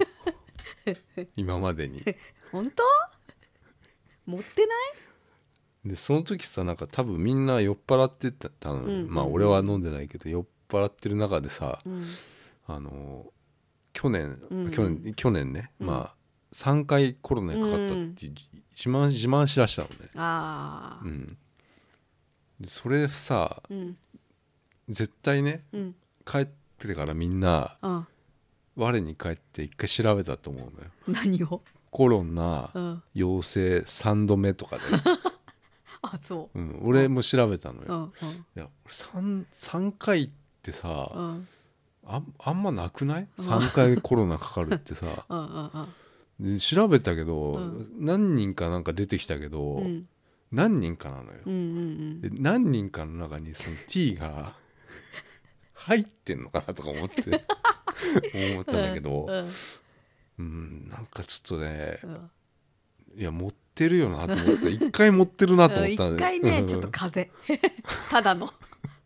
C: 今までに
B: 本当持ってない
C: でその時さなんか多分みんな酔っ払ってたのよ、
B: うんうん
C: まあ俺は飲んでないけど酔っ払ってる中でさ、あの去年、
B: うん
C: 去年去年ね、まあ3回コロナにかかったって自慢自慢しだしたのね、
B: ああ
C: うん、でそれさ
B: うん
C: 絶対ね
B: うん
C: 帰ってからみんな
B: うん
C: 我に帰って一回調べたと思うのよ
B: 何を
C: コロナ
B: うん
C: 陽性3度目とかで、
B: あそ
C: うん、俺も調べたの
B: うう
C: よ、
B: んうん
C: いや 3, 3回ってさ、
B: うん
C: あんあんまなくない3回コロナかかるっ てさ
B: うんうん
C: で調べたけど、
B: うん
C: 何人かなんか出てきたけど、
B: うんうん
C: 何人かなのよ、
B: うんうん
C: で何人かの中にその T が入ってんのかなとか思って 思ったんだけ
B: う
C: ど、
B: んうん
C: うん、なんかちょっとね
B: うん
C: いや持ってるよなと思った一回持ってるなと
B: う
C: 思
B: ん
C: ったん
B: 一
C: で
B: 回ねちょっと風 邪ただの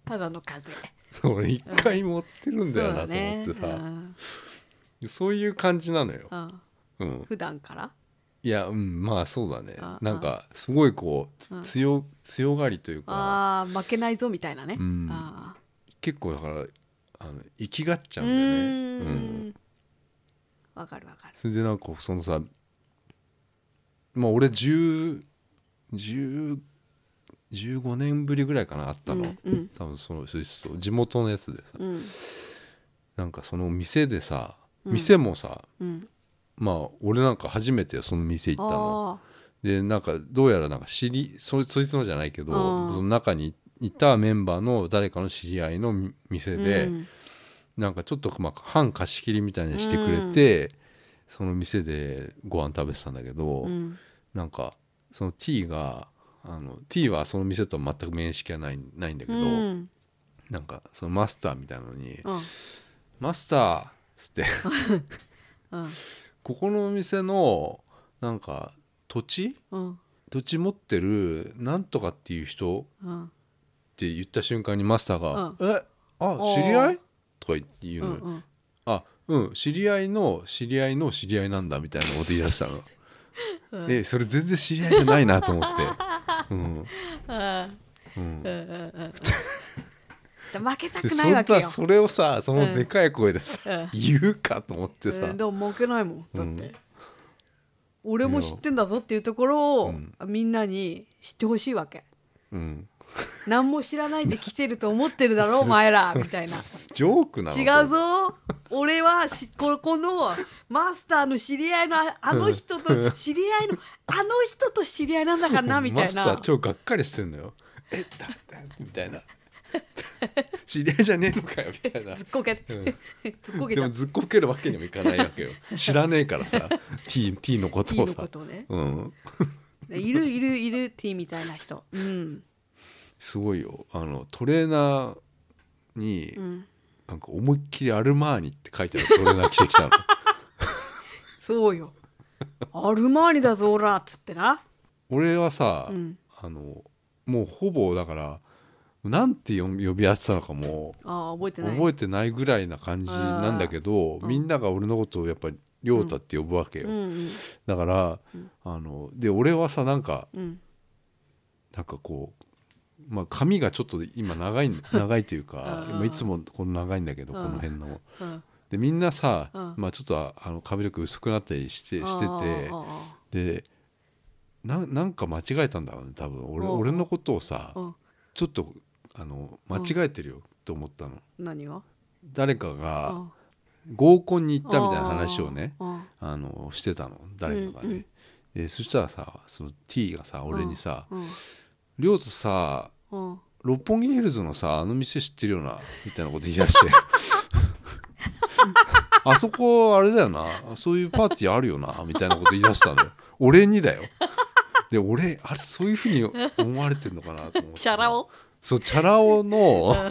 B: ただの風邪
C: そう俺一回持ってるんだよなと思って
B: そうだ
C: さ、
B: ね
C: でそういう感じなのよ
B: う、んうん
C: うん、
B: 普段から
C: いやうんまあそうだね
B: あ
C: なんかすごいこう
B: うん
C: つ強強がりというか
B: あー負けないぞみたいなね
C: うん
B: あ
C: 結構だからあの生きがっち
B: ー
C: ゃ
B: う
C: うんだよね
B: ー
C: うん
B: んわかるわかる
C: それでなんかそのさまあ俺10 10 15年ぶりぐらいかなあったの、
B: うんうん
C: 多分そのそうそう地元のやつでさ
B: うん
C: なんかその店でさ
B: うん
C: 店もさ、
B: うん
C: まあ俺なんか初めてその店行ったの
B: あ
C: でなんかどうやらなんか知りそそいつのじゃないけど
B: あー
C: その中にいたメンバーの誰かの知り合いのみ店
B: ー
C: で、
B: うん
C: なんかちょっとまあ半貸し切りみたいにしてくれて、その店でご飯食べてたんだけど、
B: うん
C: なんかその T があの T はその店とは全く面識はないないんだけ
B: う
C: ど、
B: ん
C: なんかそのマスターみたいなのに
B: うん
C: 「マスター」っつって
B: うん
C: ここのお店のなんか土地
B: うん
C: 土地持ってるなんとかっていう人
B: うん
C: って言った瞬間にマスターが「えあ
B: おー
C: 知り合い?」とか言う
B: う
C: のよ、
B: ん
C: あうん知り合いの知り合いの知り合いなんだみたいなこと言い出したの、
B: う
C: えそれ全然知り合いじゃないなと思ってうんうん
B: うんうんうんで負けたく
C: でそ
B: ない
C: ん
B: わけよ
C: なそれをさそのでかい声で
B: うんう
C: さ
B: ん、
C: 言うかと思ってさ、
B: うんでも負けないもんだって、
C: うん
B: 俺も知ってんだぞっていうところを、
C: うん
B: みんなに知ってほしいわけ
C: うん、
B: 何も知らないで来てると思ってるだ ろお前らみたいな
C: ジョークなの
B: 違うぞ俺はしここのマスターの知り合いのああの人と知り合いのあの人と知り合いなんだからなみた
C: マ
B: い
C: スタ
B: な
C: ー超がっかりしてんのよえだだみた いな知り合いじゃねえのかよみたいな
B: ずっこけ、
C: う ん
B: ずっこけ
C: で
B: ちゃ
C: も
B: う
C: ずっこけるわけにもいかないわ けよ知らねえからさ T, T のこと
B: T
C: を
B: の
C: さ
B: ことをね
C: うん
B: いるいるいる T みたいな人うん
C: すごいよあのトレーナーに、
B: うん
C: なんか思いっきり「アルマーニ」って書いてあるトレーナー着てき たの
B: そうよアルマーニだぞオラっつってな
C: 俺はさ、
B: うん
C: あのもうほぼだからなんて呼び呼び合ってたのかも
B: ああ覚えてない
C: 覚えてないぐらいな感じなんだけど、みんなが俺のことをやっぱり亮太って呼ぶわけよ、
B: うん
C: だから、あので俺はさなんか
B: うん
C: なんかこう、まあ、髪がちょっと今長い ん長いというか
B: うん
C: まあいつもこの長いんだけどこ
B: うん
C: の辺の。
B: うん
C: でみんなさ、
B: うん
C: まあ、ちょっとああの髪の毛薄くなったりしてして
B: あああ
C: てでななんか間違えたんだろうね多分俺
B: うん
C: 俺のことをさ
B: あああ
C: ちょっとあの間違えてるよと思ったの
B: 何が
C: 誰かが
B: あ
C: 合コンに行ったみたいな話をね
B: あ
C: あのしてたの誰かがね、でそしたらさその T がさ俺にさ
B: うん
C: 「亮とさ
B: うん
C: 六本木ヒルズのさあの店知ってるよな」みたいなこと言い出して 「あそこあれだよなそういうパーティーあるよな」みたいなこと言い出したんだよ俺にだよで俺あれそういうふうに思われてんのかなと思って
A: チャラ男
C: そうチャラ男の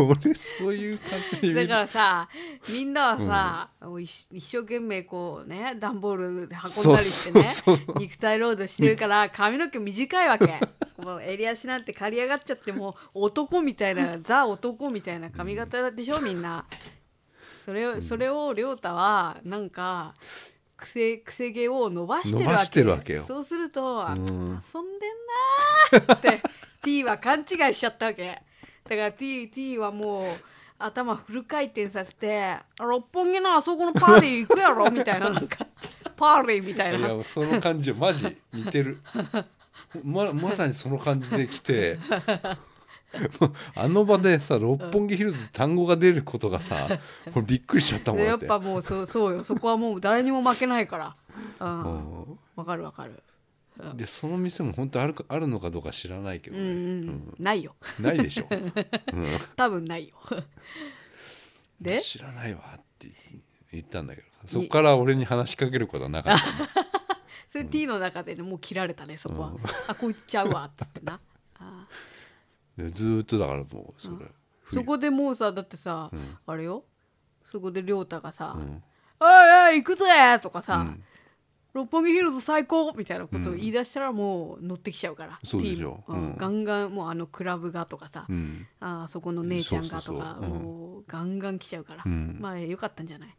C: 俺そういう感じで見
B: だ
C: る
B: からさみんなはさ、おいし一生懸命こうね段ボール運んだりしてね
C: そうそうそうそ う
B: 肉体労働してるから髪の毛短いわ けもう襟足なんて刈り上がっちゃってもう男みたいなザ男みたいな髪型でしょみんなそれをそれを亮太はなんか癖癖毛を伸ばしてるわけ
C: 伸ばしてるわけよ
B: そうすると、あ
C: ん
B: 遊んでんなーって T は勘違いしちゃったわけだから T, T はもう頭フル回転させて「六本木のあそこのパーティー行くやろ」みたいななんかパーティーみたい
C: い
B: な
C: やその感じマジ似てるままさにその感じで来て あの場でさ六本木ヒルズって単語が出ることがさこれびっくりしちゃったもんだ
B: や
C: っ
B: ってぱもうそうそうよそこはもう誰にも負けないからうん
C: う
B: わ、かるわかる
C: んでその店も本当あるかあるのかどうか知らないけど
B: う
C: ね、
B: んうん、ないよ
C: ないでしょ、うん
B: 多分 ないよ で
C: 知らないわって言ったんだけどさそこから俺に話しかけることはなかったね
B: それ T の中でねもう切られたねそこは、あこいつちゃうわっつって な
C: でずーっとだからもうそれ、
B: そこでもうさだってさ、あれよそこで亮太がさ「おいおい行くぜ!」とかさ、六本木ヒルズ最高!」みたいなことを言い出したらもう乗ってきちゃうから、
C: そうでしょ
B: T もうん
C: うん
B: ガンガンもうあのクラブがとかさ、
C: うん
B: あそこの姉ちゃんがとか
C: そうそうそううん
B: もうガンガン来ちゃうから、
C: うん
B: まあよかったんじゃない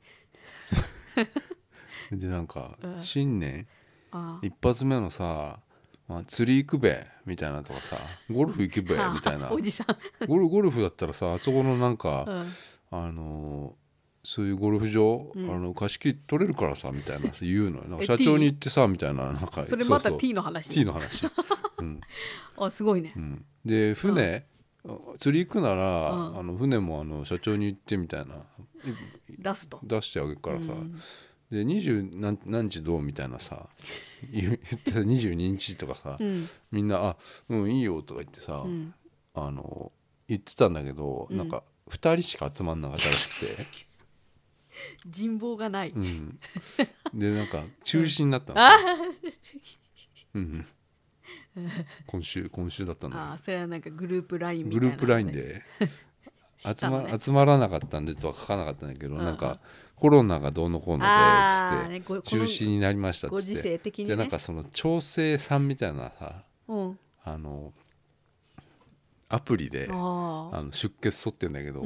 C: でなんか新年
B: あ
C: 一発目のさ、まあ、釣り行くべみたいなとかさゴルフ行 くべみたいな
B: おじさん
C: ゴルゴルフだったらさあそこのなんか、
B: うん
C: あのーそういうゴルフ場、あの貸し切り取れるからさみたい な言うのよなんか
B: え
C: 社長に言ってさみたいななんか
B: それまた
C: うう
B: T の話
C: T の話、うん
B: あすごいね、
C: うん、 で船、釣り行くなら、
B: うん
C: あの船もあの社長に言ってみたいな
B: 出すと
C: 出してあげるからさ、で20何何時どうみたいなさ 言う言ってた22日とかさ、
B: ん
C: みんな「あうんいいよ」とか言ってさ、あの言ってたんだけど、なんか2人しか集まんなかったらしくて、
B: 人望がない、
C: うん、でなんか中止になったの、うん、今週今週だったんだけど
B: あそれはなんかグループラインみた
C: グ
B: いな
C: ループラインで 集
B: たのね
C: ま集まらなかったんでとは書かなかったんだけど、
B: ん
C: なんかコロナがどうのこうの
B: あー
C: で
B: ね
C: っつっ
B: こ
C: て
B: こ
C: 中
B: の
C: 止になりましたっつって
B: ご時世的にね
C: でなんかその調整さんみたいなさ
B: うん
C: あのアプリであ
B: ああ
C: の出血取ってんだけど、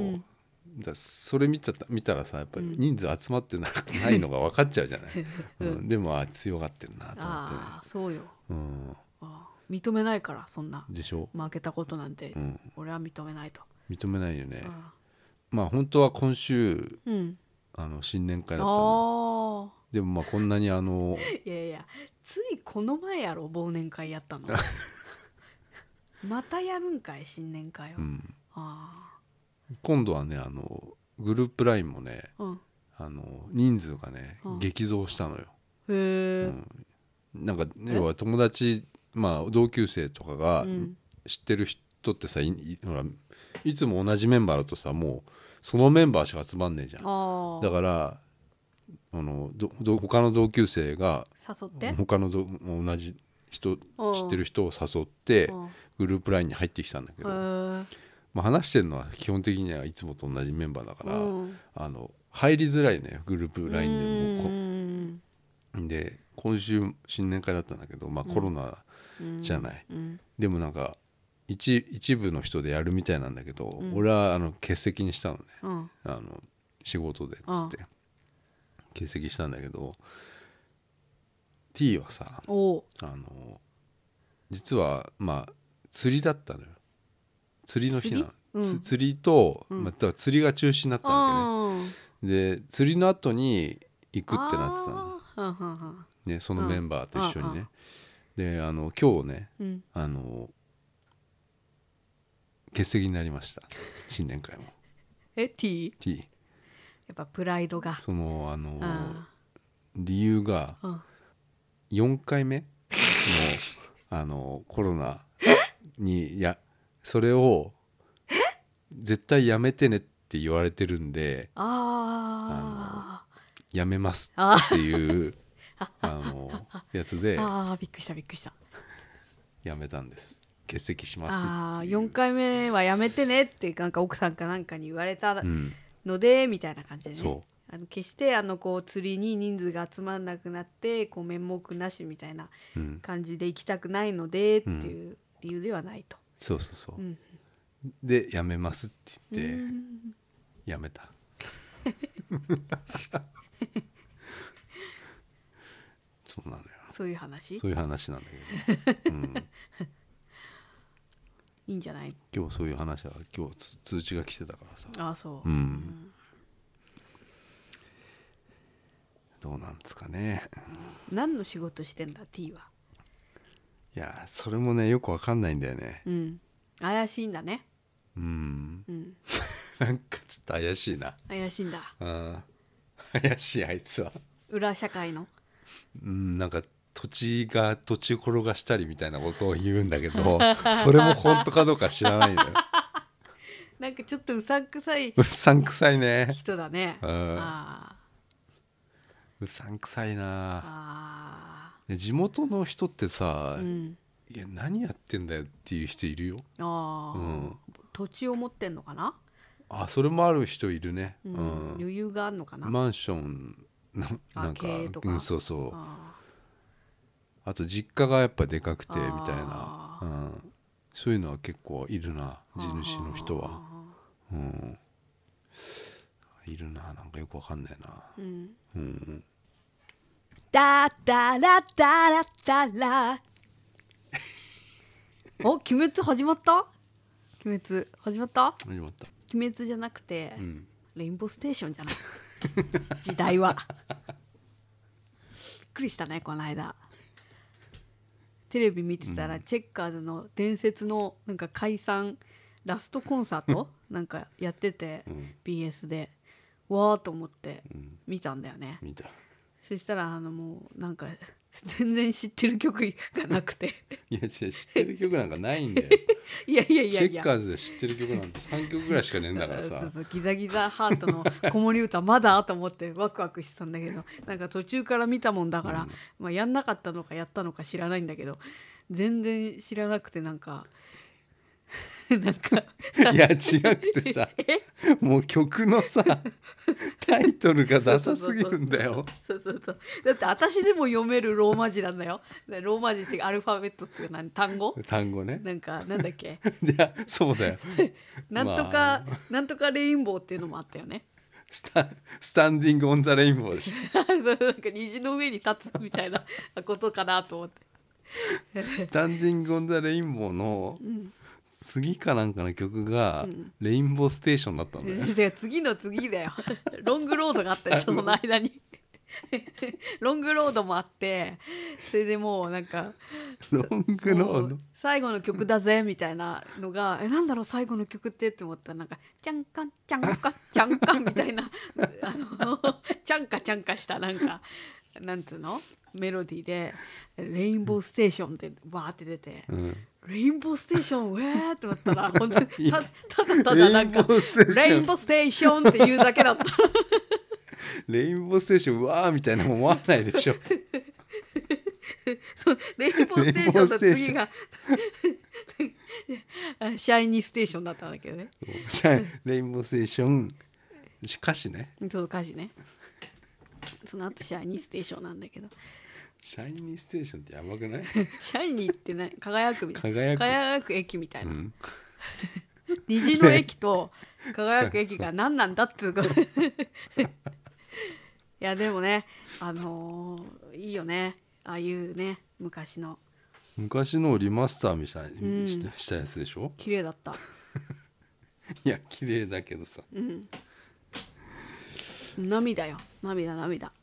C: だそれ見ちゃった見たらさやっぱり人数集まってな,、いのが分かっちゃうじゃ ない、うん、でもあ強がってるなと思ってね、
B: ああそうよ
C: うん、
B: ああ認めないからそんな
C: でしょ
B: 負けたことなんて、
C: ん
B: 俺は認めないと
C: 認めないよね
B: あ
C: まあ本当は今週
B: あうん
C: あの新年会だったの
B: ああ
C: でもまあこんなにあの
B: いやいやついこの前やろ忘年会やった のまたやるんかい新年会を、
C: うん
B: あ
C: 今度はねあのグループラインもね
B: あうん
C: あの人数がね、
B: うん
C: 激増したのよ
B: へえ、
C: なんか要は友達まあ同級生とかが
B: うん
C: 知ってる人ってさいいほらいつも同じメンバーだとさもうそのメンバーしか集まんねえじゃん
B: あ
C: だからあのどど他の同級生が
B: あ誘って
C: 他のど同じ人知
B: うん
C: ってる人を誘って
B: うん
C: グループラインに入ってきたんだけ
B: へ
C: ど、
B: え
C: まあ、話してるのは基本的にはいつもと同じメンバーだから、
B: うん
C: あの入りづらいねグループ LINE で
B: う
C: も
B: ん
C: こで今週新年会だったんだけど、まあ、コロナじゃない、
B: うん
C: でもなんか一一部の人でやるみたいなんだけど、俺はあの欠席にしたのね
B: うん
C: あの仕事でっつって欠席したんだけど T はさ
B: おう
C: あの実はまあ釣りだったのよ釣りの日なのつ釣り,、と、まあ、だから釣りが中止になったわ
B: うん
C: けねで釣りの後に行くってなってたの、
B: あーはんはんはん
C: ね、そのメンバーと一緒にね
B: あ
C: であの今日ね
B: うん
C: あの欠席になりました新年会も
B: え T
C: T
B: やっぱプライドが
C: そのあの
B: あ
C: 理由が
B: ん
C: 4 回目のあのコロナにいやそれを絶対やめてねって言われてるんで
B: あ
C: やめますっていうあのやつ
B: ー
C: で
B: あーびっくりしたびっくりした
C: やめたんです欠席します
B: あ
C: って
B: ー
C: いう
B: 4回目はやめてねってなんか奥さんかなんかに言われた
C: うん
B: ので、みたいな感じでね
C: そ
B: あの決してあのこう釣りに人数が集まんなくなってこう面目なしみたいな
C: うん
B: 感じで行きたくないのでっていう理由ではないと、
C: そうそうそう、
B: ん
C: でやめますって言ってやめ たそうなのよ
B: そういう話
C: そういう話なんだけど、うん、
B: いいんじゃない
C: 今日そういう話は今日つ通知が来てたからさ
B: ああそう、
C: うんどうなんですかね
B: 何の仕事してんだ T はい
C: やそれもねよくわかんないんだよね
B: うん怪しいんだね
C: うん
B: うん
C: なんかちょっと怪しいな
B: 怪しいんだ
C: うん怪しいあいつは
B: 裏社会の
C: うん、なんか土地が土地転がしたりみたいなことを言うんだけ どそれも本当かどうか知らないんだよ
B: なんかちょっとうさんくさいう
C: っさんくさいね
B: 人だね
C: うん
B: あ
C: うさんくさい
B: あ
C: な
B: あ
C: で地元の人ってさ、
B: あうん
C: いや何やってんだよっていう人いるよ
B: ああ、
C: うん
B: 土地を持ってんのかな、
C: あそれもある人いるね、う
B: うんん余裕があるのかな、
C: マンションの
B: あ
C: なんか
B: 経営とか
C: うん、そうそうあ
B: あ
C: と実家がやっぱでかくてみたいな
B: あ、
C: うん、そういうのは結構いるな
B: ー
C: 地主の人は。
B: あ
C: うん、いるななんかよくわかんないな、
B: ーうん
C: うん、
B: ダダラダラダラお鬼滅始まった鬼滅始まった
C: 始まった、
B: 鬼滅じゃなくて、
C: うん、
B: レインボーステーションじゃない 時代はびっくりしたねこの間テレビ見てたら、チェッカーズの伝説のなんか解散ラストコンサートなんかやってて、BS でわーと思って見たんだよね、
C: 見た
B: そしたらあのもうなんか全然知ってる曲がなくて
C: いや違う知ってる曲なんかないんだよ
B: いやい やいや
C: チェ
B: い
C: ッ
B: や
C: カーズで知ってる曲なんて3曲ぐらいしかねえんだから
B: そう
C: さ
B: そうギザギザハートの子守歌まだと思ってワクワクしてたんだけどなんか途中から見たもんだから、まあ、やんなかったのかやったのか知らないんだけど全然知らなくてなんか なんか
C: いや違くて さもう曲のさタイトルがダサすぎるんだよ
B: そうそうそうだって私でも読めるローマ字なんだよローマ字っていうかアルファベットっていうか何単語
C: 単語ね
B: なんかなんだっけ
C: いやそうだよ
B: なんとか、
C: ま
B: なんとかレインボーっていうのもあったよね。
C: スタスタンディング・オン・ザ・レインボーでしょ
B: なんか虹の上に立つみたいなことかなと思って。
C: スタンディング・オン・ザ・レインボーの次かなんかの曲が「レインボー・ステーション」だった のね、
B: で次の次だよ。 ロングロードがあったでしょその間に。 ロングロードもあってそれでもうなんか
C: ロングロ
B: も
C: ー
B: う
C: ド
B: 最後の曲だぜみたいなのが「えなんだろう最後の曲って」って思ったらなんか「ちゃんかんちゃんかちゃん か」みたいなあの ちゃんかちゃんかしたなんかなんつうのメロディーで「レインボーステーション」ってバーって出て。
C: うん
B: レインボーステーション、ウェーって思ったら、本当
C: い
B: に
C: や
B: たただただなんか、
C: レインボーステーション
B: レインボーステーションって言うだけだ った。
C: レインボーステーションうわーみたいな思わないで しょ
B: そうレインボーステーションと次があ シャイニーステーションだったんだけどね
C: じゃあレインボーステーション歌詞ね
B: その歌詞ねその後シャイニーステーションなんだけ ど
C: 「シャイニーステーション」ってやばくない、
B: シャイニーってね輝くみたいな
C: 輝く
B: 駅みたいうな、
C: ん、
B: 虹の駅と輝く駅が何なんだっつう かいやでもねあのーいいよねああいうね昔の
C: 昔のをリマスターみたい
B: うん
C: にした,、したやつでしょ
B: 綺麗だった
C: いや綺麗だけどさ
B: うん涙よ涙涙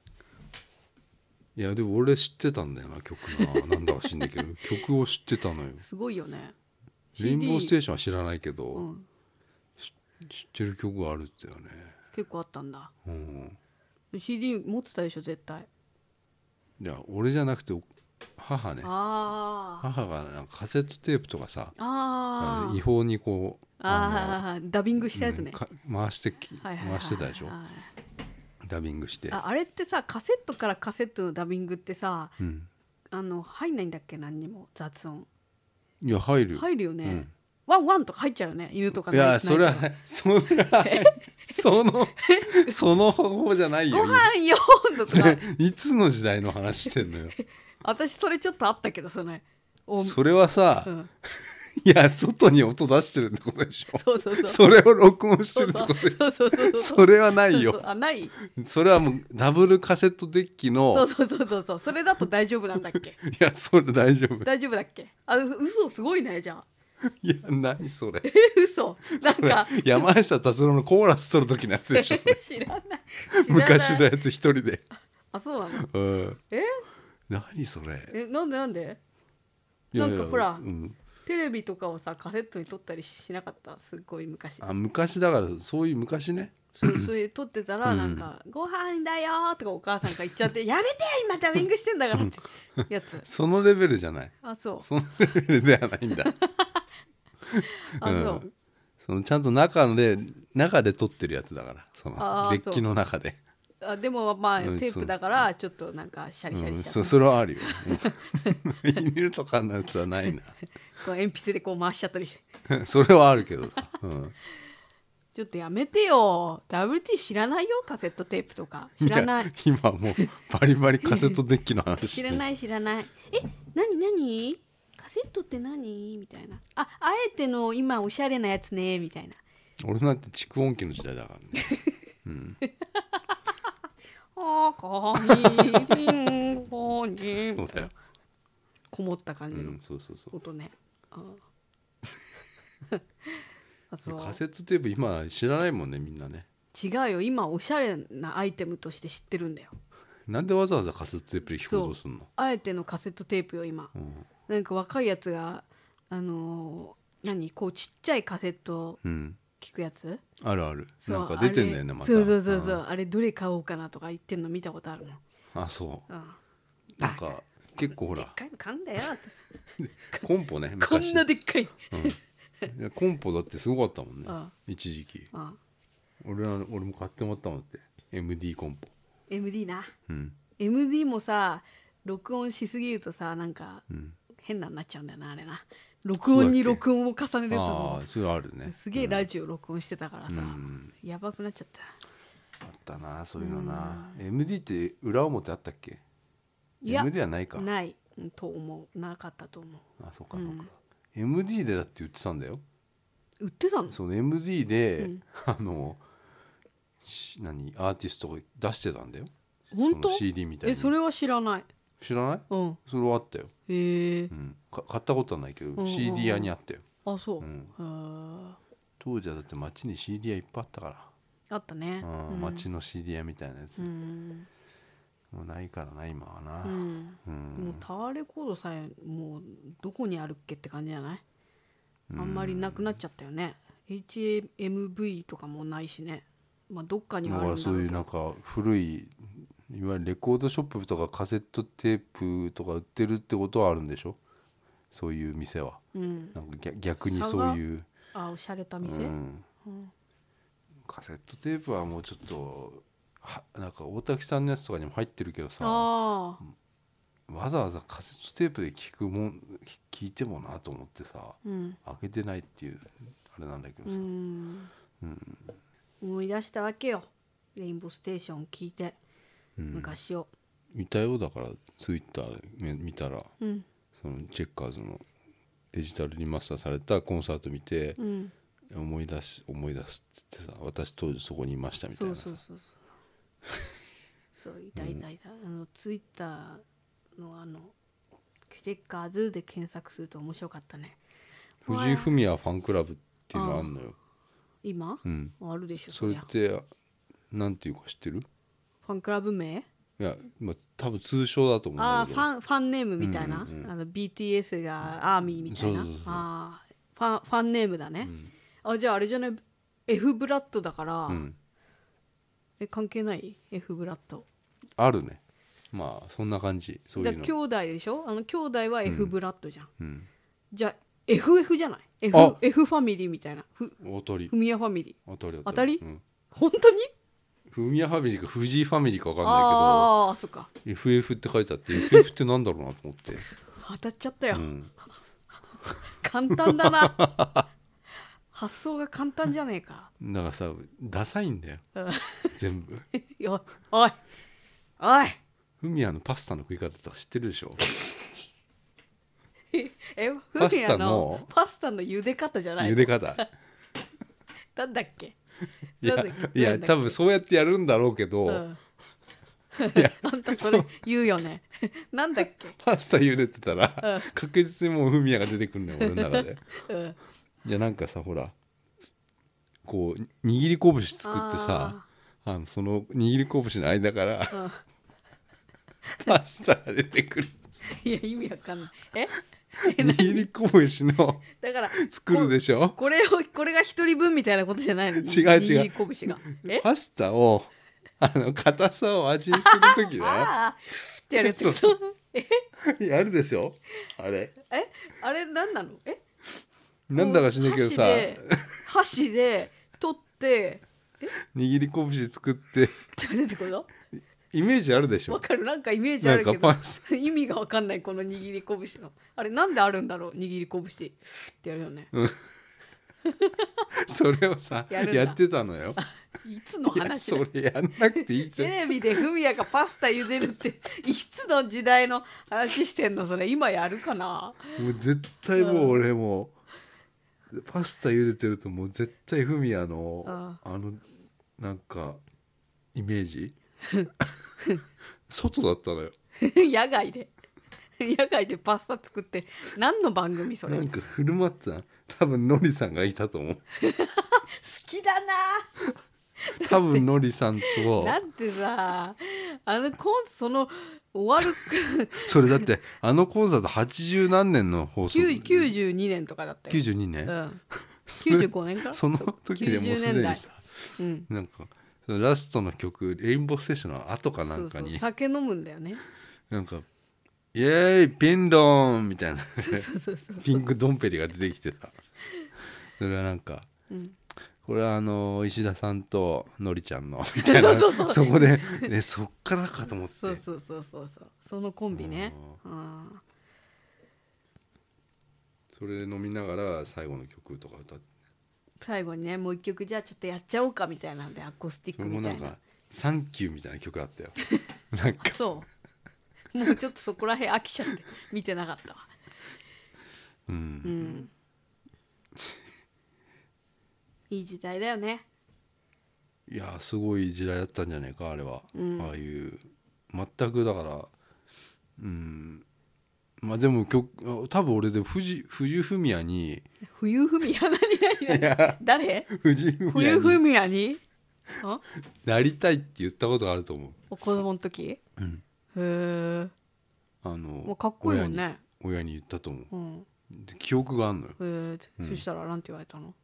C: いや でも俺知ってたんだよな曲ななんだか知んないけど曲を知ってたのよ
B: すごいよね
C: レインボーステ
B: CD
C: ーションは知らないけど、
B: うん
C: し知ってる曲があるってよね、
B: 結構あったんだ
C: うん
B: CD 持ってたでしょ絶対
C: いや俺じゃなくてお母ね
B: あー
C: 母がなんかカセットテープとかさあ
B: あ
C: の違
B: ー
C: 法にこうあ
B: あーダビングし
C: の
B: たやつね
C: うんか回してき
B: はいはいはい
C: 回してたでしょ
B: はい
C: ダビングして
B: ああれってさカセットからカセットのダビングってさ
C: うん
B: あの入んないんだっけ何にも雑音
C: いや入る
B: 入るよね、
C: うん
B: ワンワンとか入っちゃうよね犬とか
C: いや
B: 泣て
C: それはそれは そのその方法じゃない
B: ご
C: よ
B: 飯よーんだとか
C: いつの時代の話し てんのよ
B: 私それちょっとあったけどそれお
C: それはさ、
B: うん、
C: いや外に音出してるってことでしょ
B: そうそうそう
C: それを録音してるってことで
B: そうそうそう
C: それはないよ
B: あない
C: それはもうダブルカセットデッキ
B: そ
C: の
B: うそうそうそうそうそれだと大丈夫なんだっ け
C: いやそれ大丈夫
B: 大丈夫だっけあ嘘すごいねじゃあ
C: いや何それ
B: え嘘 なん
C: それ
B: か
C: 山下達郎のコーラス取る時のやつでしょそれ
B: 知ら ない知らない
C: 昔のやつ一人で
B: あそうなの
C: うん
B: え
C: 何それ
B: えなんでなんで
C: いやいや
B: なんかほら
C: うん、
B: テレビとかをさカセットに撮ったりしなかったすっごい昔
C: あ昔だからそういう昔ね
B: そうそういう撮ってたらなんか「ご飯だよ」とかお母さんが言っちゃって「やめて今ダビングしてんだから」ってやつ
C: そのレベルじゃない
B: あそう
C: そのレベルではないんだ
B: あそう、
C: ん、そのちゃんと中で中で撮ってるやつだからその
B: あー
C: デッキの中で
B: あでもまあ
C: うん
B: テープだからちょっとなんかシャリシャ
C: うん、
B: リし
C: そ
B: た
C: それはあるよ 犬とかのやつはない
B: こう鉛筆でこう回しちゃったりして
C: なそれはあるけど、うん、
B: ちょっとやめてよ WT 知らないよカセットテープとか知らない
C: や今もうバリバリカセットデッキの話
B: 知
C: して
B: らない知らないえ何何カセットって何みたいなああえての今おしゃれなやつねみたいな
C: 俺なんて蓄音機の時代だから ね
B: あこにりんごに
C: そうだよ、
B: こもった感
C: う
B: じの
C: ん、そうそうそう
B: 音ね、あ ーあそう
C: カセットテープ今知らないもんねみんなね
B: 違うよ今おしゃれなアイテムとして知ってるんだよ
C: なんでわざわざカセットテープで弾こうとすんの
B: あえてのカセットテープよ今、
C: ん
B: なんか若いやつがあのー何こうちっちゃいカセット
C: うん
B: 聞くやつ、
C: あるある
B: そう
C: なんか出てんだよね
B: あれ
C: また
B: そうそうそうそう、あれどれ買おうかなとか言ってんの見たことあるもん、
C: あそう
B: うん、
C: なんか結構ほ
B: でっ
C: ら
B: かいの買うんだよ
C: コンポね
B: こ
C: 昔
B: んなでっかい、
C: いやコンポだってすごかったもんね
B: あ
C: 一時期
B: うん、
C: 俺ら俺も買ってもらったもんだって MD コンポ
B: MD な
C: うん
B: MD もさ録音しすぎるとさなんか
C: ん
B: 変なになっちゃうんだよなあれな録音に
C: そうだっけ
B: 録音を重ねると
C: あ
B: も
C: あそれあるね
B: うすげえラジオ録音してたからさ、
C: ん
B: やばくなっちゃった
C: あったなそういうのな MD って裏表あったっけ
B: いや
C: MD はないか
B: ないうんと思うなかったと思
C: あそうかそうか MD でだって売ってたんだよ
B: う売ってたの
C: その MD で あのし何アーティストが出してたんだよ
B: 本当
C: その CD みたい
B: え
C: に
B: それは知らない
C: 知らない
B: うん
C: それはあったよ
B: へえ
C: うんか買ったことはないけ
B: う
C: ど
B: ん
C: CD 屋にあったよ
B: あそう、
C: ん
B: あ
C: 当時はだって街に CD 屋いっぱいあったか
B: あったね
C: ら、うん街の CD 屋みたいなや
B: う
C: つ、
B: ん、
C: もうないからな今はな、
B: うん
C: うん
B: もうタワーレコードさえもうどこにあるっけって感じじゃないあんまりなくなっちゃったよね HMV とかもないしねまあどっかに
C: だ
B: はあ
C: か
B: る
C: ら
B: んだ
C: そ
B: ろ
C: う
B: う
C: い
B: け
C: うな
B: ど
C: んか古いいわゆるレコードショップとかカセットテープとか売ってるってことはあるんでしょそういう店は
B: うん
C: なんか逆逆にそういう、
B: あおしゃれた
C: う
B: 店、
C: ん、カセットテープはもうちょっとはなんか大滝さんのやつとかにも入ってるけどさわ
B: ああ
C: ざわざカセットテープで聞くもん聞聞いてもなと思ってさ
B: うん
C: 開けてないっていうあれなんだけど
B: う
C: さ、
B: ん思い出したわけよレインボーステーション聞いて、昔を
C: いたよだからツイッターめ見たら
B: うん
C: そのチェッカーズのデジタルリマスターされたコンサート見て
B: うん
C: 思い出し思い出すっつってさ私当時そこにいましたみた
B: そ
C: いうなさ
B: そうそうそうそういたいたいた、あのツイッターのあのステッカーズで検索すると面白かったね
C: 藤井フミヤファンクラブっていうのあんのよ
B: 今、
C: うん
B: あるでしょ
C: そ
B: そり
C: れ
B: ゃ
C: ってなんていうか知ってる
B: ファンクラブ名
C: いや、まあ、多分通称だと思うん
B: あ
C: だ
B: あ
C: け
B: フ
C: ど
B: ァンファンネームみたいな、
C: うんうんうん
B: あの BTS がアーミーみたいな
C: そうそうそうそう
B: ああファンファンネームだね、あじゃああれじゃない F ブラッドだから、
C: うん
B: え関係ない F ブラッド
C: あるねまあそんな感じそうい
B: だ
C: う
B: から
C: の
B: 兄弟でしょあの兄弟は F ブラッドじゃん、
C: うん
B: じゃあ FF じゃない F,
C: あ
B: F ファミリーみたいなふ
C: おとり
B: ふみやファミリー
C: おとりおとり
B: 当たり
C: うん
B: 本当に
C: フミヤファミリーか藤井ファミリーか分かんな
B: ああーそっか
C: いけど FF って書いてあって FF ってなんだろうなと思って、
B: 当たっちゃったよ、
C: うん、
B: 簡単だな 発想が簡単じゃねえか
C: だからさダサいんだよ
B: うん
C: 全部
B: よおいおい
C: フミヤのパスタの食い方とか知ってるでしょ
B: えフ
C: パ
B: ミ
C: ス
B: ヤ
C: タ
B: の
C: の
B: パスタの茹で方じゃない
C: 茹 で方
B: なんだっけ
C: いや
B: なんだっけ
C: い
B: な
C: や
B: んだっけ
C: 多分そうやってやるんだろうけど、
B: うん、あんたそれ言うよね なんだっけ
C: パスタ茹でてたら、
B: うん
C: 確実にもうフミヤが出てくるのよ俺の 中で
B: うん
C: いやなんかさほらこう握り拳作ってさあのその握り拳の間から
B: あーうん
C: パスタが出てくる
B: いや意味わかんないえ
C: 握り拳の
B: だから
C: 作るでしょ
B: これをこれが一人分みたいなことじゃないの
C: 違う違う
B: 握り拳がえ
C: パスタをあの硬さを味にする時だ
B: ああってやるやつ
C: そうそうよやるでしょあれ
B: えあれ何なのえ
C: なんだか知んないけど
B: こう箸
C: さ
B: で箸で取って
C: 握り拳作って
B: 誰ってこと
C: イメージあるでし
B: わ
C: ょ
B: かるなんかイメージあるけ
C: なん
B: ど
C: かパ ス
B: 意味がわかんないこの握り拳のあれなんであるんだろう握り拳ってやるよね
C: それをさ
B: や
C: や
B: るんだ
C: ってたのよ
B: いつの
C: いや
B: 話だ
C: それやんなくていいじゃ
B: テ
C: ん
B: レビでフミヤがパスタ茹でるっていつの時代の話してんのそれ今やるかな
C: もう絶対もう俺もうパスタ茹でてるともう絶対フミヤの
B: あ
C: あのなんかイメージ 外だったのよ
B: 野外で野外でパスタ作って何の番組それ
C: な
B: 好
C: んか振る舞ってた多分ノリさんがいた と思う
B: きだな
C: 多分ノリさんと
B: なんてさあのコンその終わる
C: それだってあのコンサート80何年の放送
B: 90 92年とかだったよ、
C: 92年、
B: うん、
C: それ
B: 95年か
C: その時でもうすでにさ
B: うん、
C: なんかそのラストの曲「レインボーステーション」の後かなんか
B: そうそ
C: に
B: う酒飲むんだよね
C: なんか「イエーイピンドン!」みたいな
B: そうそうそう
C: ピンクドンペリが出てきてたそれはなんか
B: うん
C: これはあの石田さんとのりちゃんのみたいなそこでえそっからかと思って
B: そうそうそうそうそうそのコンビねうん
C: それで飲みながら最後の曲とか歌って
B: 最後にねもう一曲じゃあちょっとやっちゃおうかみたいなんでアコースティッ
C: そ
B: ク
C: れ
B: み
C: も
B: た
C: ないん
B: な
C: か「サンキュー」みたいな曲あ ったよなんか
B: そうもうちょっとそこら辺飽きちゃって見てなかったわ
C: う
B: うんんいい時代だよね
C: いやすごい時代だったんじゃないかあれは、
B: うん
C: ああいう全くだからうんまあでも曲多分俺で藤藤井フミヤに
B: 冬フミヤ何何何誰
C: 藤井フミヤ
B: 冬フ
C: に
B: ミヤにあ
C: なりたいって言ったことがあると思う
B: お子供の時、
C: うん
B: へえ
C: あの、
B: もうかっこいいもんね
C: 親に親に言ったと思う
B: うん
C: で記憶があんのよ
B: へえそしたらなんて言われたの、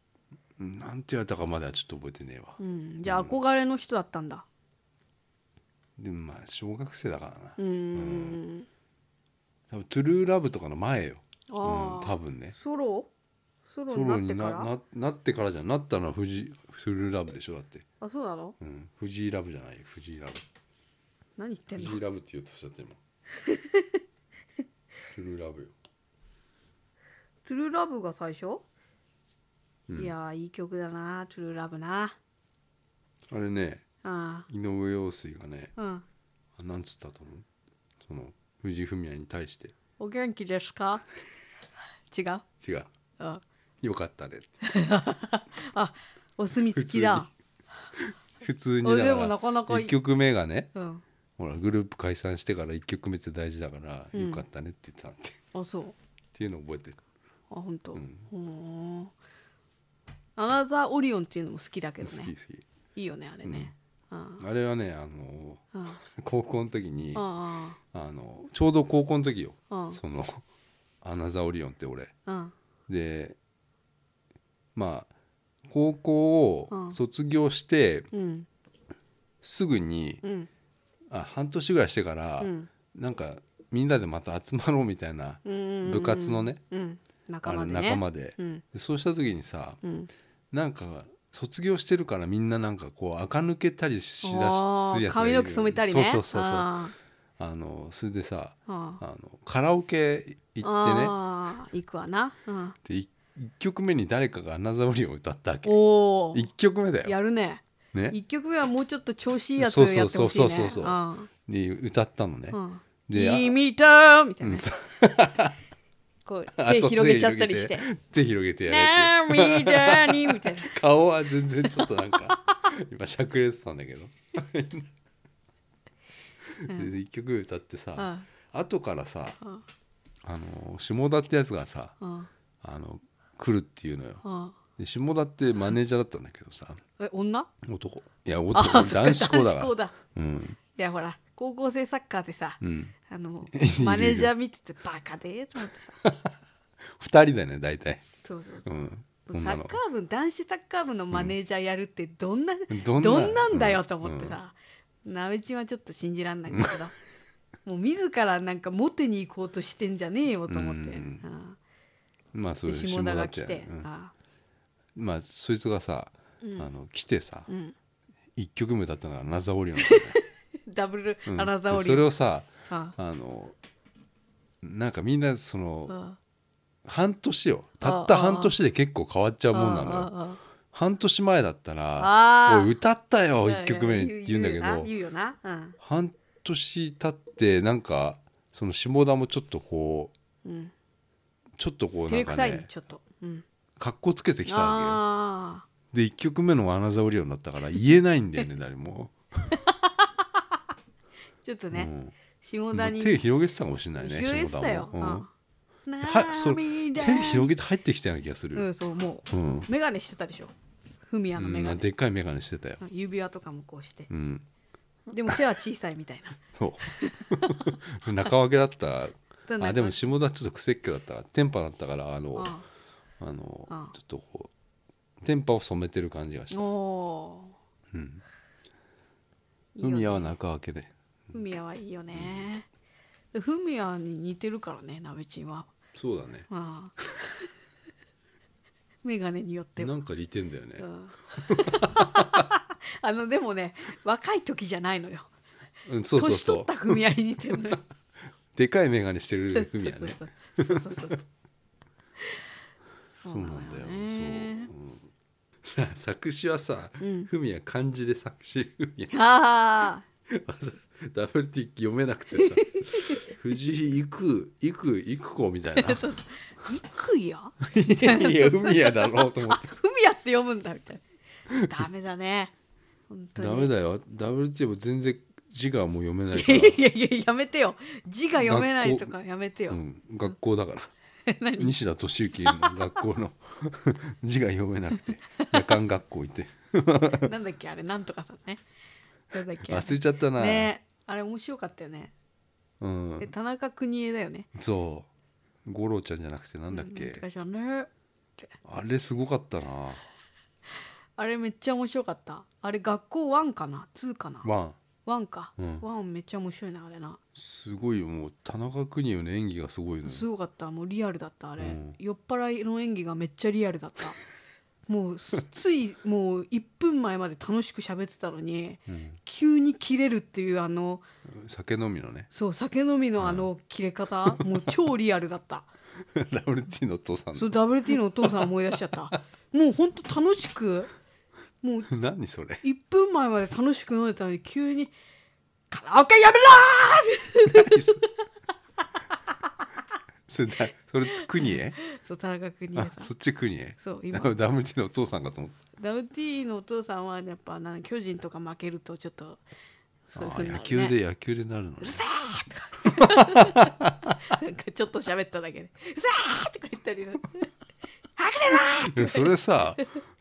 C: なんて言われたかまではちょっと覚えてねえわ
B: う、ん、じゃあ憧れの人だったんだ
C: でもまあ小学生だからな、
B: うーん
C: 多分トゥルーラブとかの前よ、うん、
B: ああ、
C: 多分ね
B: ソロソロ
C: ソ
B: にな
C: ロ
B: って
C: に
B: か
C: な
B: ら
C: ななってからじゃんなったのは藤井トゥルーラブでしょだって
B: あそうなの
C: うん、藤井ラブじゃない藤井ラブ
B: 何言ってんの
C: 藤井ラブって言うとしちゃ って今トゥルーラブよ
B: トゥルーラブが最初、
C: うん
B: いやーいい曲だなトゥルーラブな
C: あれね
B: あ
C: 井上陽水がね
B: ーうん
C: あなんつったと思うその藤井フミヤに対して
B: お元気です か違う
C: 違う
B: あ
C: よかったねっつって
B: あお墨付きだ
C: 普通に
B: あ
C: だ
B: でもな
C: か
B: かなからいい
C: 一曲目がね
B: うん
C: ほらグループ解散してから一曲目って大事だから、
B: うん
C: よかったねって言ってたってっ
B: あそう
C: ていうのを覚えてる
B: あ本当。
C: うん
B: ほーんアナザーオリオンっていうのも好きだけ
C: 好
B: ど
C: き好
B: ね
C: き
B: いいよねあれね、うん、
C: あれはねあの
B: うんうん
C: 高校の時に
B: うん
C: あのちょうど高校の時よ、
B: うん
C: その「アナザーオリオン」って俺
B: うん
C: でまあ高校
B: う
C: を
B: ん
C: 卒業して
B: うん
C: すぐに、
B: うん
C: あ半年ぐらいしてから、
B: うん
C: なんかみんなでまた集まろうみたいな
B: うんうん
C: 部活のね、
B: うん仲
C: あれ
B: 間でね
C: 仲間で,で、
B: うん
C: そうした時にさ
B: うん
C: なんか卒業してるからみんななんかこう垢抜けたりしだし
B: あ
C: する
B: ー
C: やつが
B: 髪
C: いる
B: の毛染めたりね
C: そうそうそうそうあ
B: あ
C: のそれでさ
B: ーあー
C: あのカラオケ行ってね
B: あー行くわな、うん、
C: でい一曲目に誰かが「アナザーオリオン」を歌ったわけ
B: おお
C: 一曲目だよ
B: やるね
C: ね
B: 一曲目はもうちょっと調子いいやつ
C: そ
B: や
C: う
B: って
C: そう
B: ほしい
C: そ
B: ね
C: うそうそうそう
B: あ
C: で歌ったのね、
B: ーうん
C: であ
B: 君とみた
C: う
B: いな、
C: んそう
B: こう
C: あ
B: 手
C: そう
B: 広げちゃったりして
C: 手広げて
B: 「
C: やるやつ
B: 涙に」みたいな
C: 顔は全然ちょっとな んか今しゃくれてたんだけどで一曲歌ってさ、後からさ、
B: ん
C: あの下田ってやつがさ
B: うん
C: あの来るっていうのよ
B: うん
C: で下田ってマネージャーだったんだけどさ
B: え女
C: 男いや
B: あ
C: 男
B: そっか
C: 男子校だ
B: 男
C: か
B: 子校
C: ら
B: だ
C: うん
B: いやほら高校生サッカーでさ、
C: うん
B: あの
C: いるいる
B: マネージャー見ててバカでーと思ってさ
C: 二人だよね大体
B: そうそう
C: うん
B: サ
C: 女
B: ッ
C: の
B: カー部男子サッカー部のマネージャーやるってどんな、
C: どんな
B: どんなんだよと思ってさ、なべちんはちょっと信じらんないんだけどもう自らなんかモテに行こうとしてんじゃねえよと思って、
C: うん
B: うん
C: まあそう
B: で
C: いう
B: 下
C: 下
B: 田
C: 田
B: が
C: っ
B: 来
C: て
B: て、
C: うん
B: あ
C: まあそいつがさあの来てさ
B: ん
C: 一曲目だったのが「アナザーオリオン」
B: ダブル
C: うん
B: アナザーオ
C: で
B: リ
C: それ
B: オン
C: をさ
B: あ
C: あのなんかみんなその
B: あ
C: 半年よたっ
B: あ
C: た
B: あ
C: 半年で結構変わっちゃうもんなのよ
B: あ
C: 半年前だった
B: あ
C: ら
B: あ
C: 「おい歌ったよ
B: あ
C: 1曲目」って言うんだけど
B: 言うよな言うよな
C: 半年経ってなんかその下田もちょっとこ
B: うん、うん、
C: うちょっとこう
B: 照
C: な
B: れ
C: ん
B: く
C: か
B: さいね
C: ね
B: ちょっと、うん、
C: かっこつけてきたわ
B: ああ
C: けよで1曲目の「アナザーオリオン」だったから言えないんだよね誰も。
B: ちょっと
C: う
B: ね、
C: ん
B: 下
C: も
B: 田
C: う
B: に
C: 手広げてたかもしれないね
B: 後ろでした
C: 下
B: よ
C: 田、
B: う
C: もうん
B: ん
C: はそれ手
B: 涙
C: 広げて入ってきたような気がす
B: う
C: る
B: ん、そう、もう、
C: うん
B: メガネしてたでしょ。フミヤのメ
C: ま
B: ガ
C: あ
B: ネ。
C: でっかい眼鏡してたよ
B: うん指輪とかもこうして
C: う。ん
B: でも背は小さいみたいな。
C: そう 中分けだった
B: だから
C: あでも下田ちょっと癖っ気だったからテンパだったからあの
B: あ
C: あの
B: あ
C: ちょっとこうテンパを染めてる感じがし
B: お
C: た
B: おー。いいよ
C: 海は中分けで
B: フミヤはいいよね。フミヤに似てるからね、なべちんは。
C: そうだね
B: ああ。 メガネによっては。
C: なんか似てんだよね
B: うん あのでもね若い時じゃないのよ
C: うんそうそう
B: 年取
C: そ
B: っ
C: う
B: た組合に似てる のよ
C: でかい眼鏡してる海はね
B: そうそうそうそう。
C: そうなんだよ
B: ね
C: そううん作詞はさ文は漢字で作詞文也
B: ああ、
C: WT 読めなく てさ藤井行く行く行く子みたいな い
B: いく や。
C: や海やだろうと思
B: あ
C: っ、て
B: ふみやって読むんだみたいな。ダメだね。本当に。
C: ダメだよ WT も全然字がもう読めないか
B: いやいやいや、やめてよ。字が読めないとか、やめて
C: ら、
B: よ。
C: うん、学校だ から西田敏行の学校の 字が読めなくて夜間学校行って
B: なんだっけ、あれ、なんとかさんね。なんだっけ。
C: 忘れちゃったな、
B: ね、あれ面白かったよね。
C: う
B: え、
C: ん、
B: 田中邦衛だよね。
C: そう五郎ちゃんじゃなくてなんだっけ、
B: なんとかじゃねって
C: あれすごかったな
B: あれめっちゃ面白かった。あれ学校ワンかな、ツーかな。
C: ワン
B: ワンか、
C: うん
B: ワンめっちゃ面白いなあれな
C: すごいよもう田中邦衛の演技がすごいのよ
B: すごかったもうリアルだったあれ、
C: うん
B: 酔っ払いの演技がめっちゃリアル だったもうすついもう1分前まで楽しく喋ってたのに、
C: ん
B: 急に切れるっていうあの
C: 酒飲みのね
B: そう酒飲みのあの切れ方、もう超リアルだった
C: WT のお父さん
B: そう WT のお父さん思い出しちゃったもうほんと楽しくもう
C: 何それ
B: 1分前まで楽しく飲んでたのに急に「カラオケやるな!」
C: 何それそれだそれ国へ
B: そう田中邦衛
C: あ
B: さん
C: そっち国へ
B: そう 今
C: WT のお父さんかと思っ
B: ダウティーのお父さんはやっぱな巨人とか負けるとちょっと
C: た、
B: そういう
C: あ
B: ふうになる、ね、
C: 野球で野球でなるの ね
B: うるせえなんかちょっと喋っただけで「うるせえ!」とか言ったりなはぐれろ
C: でもそれさ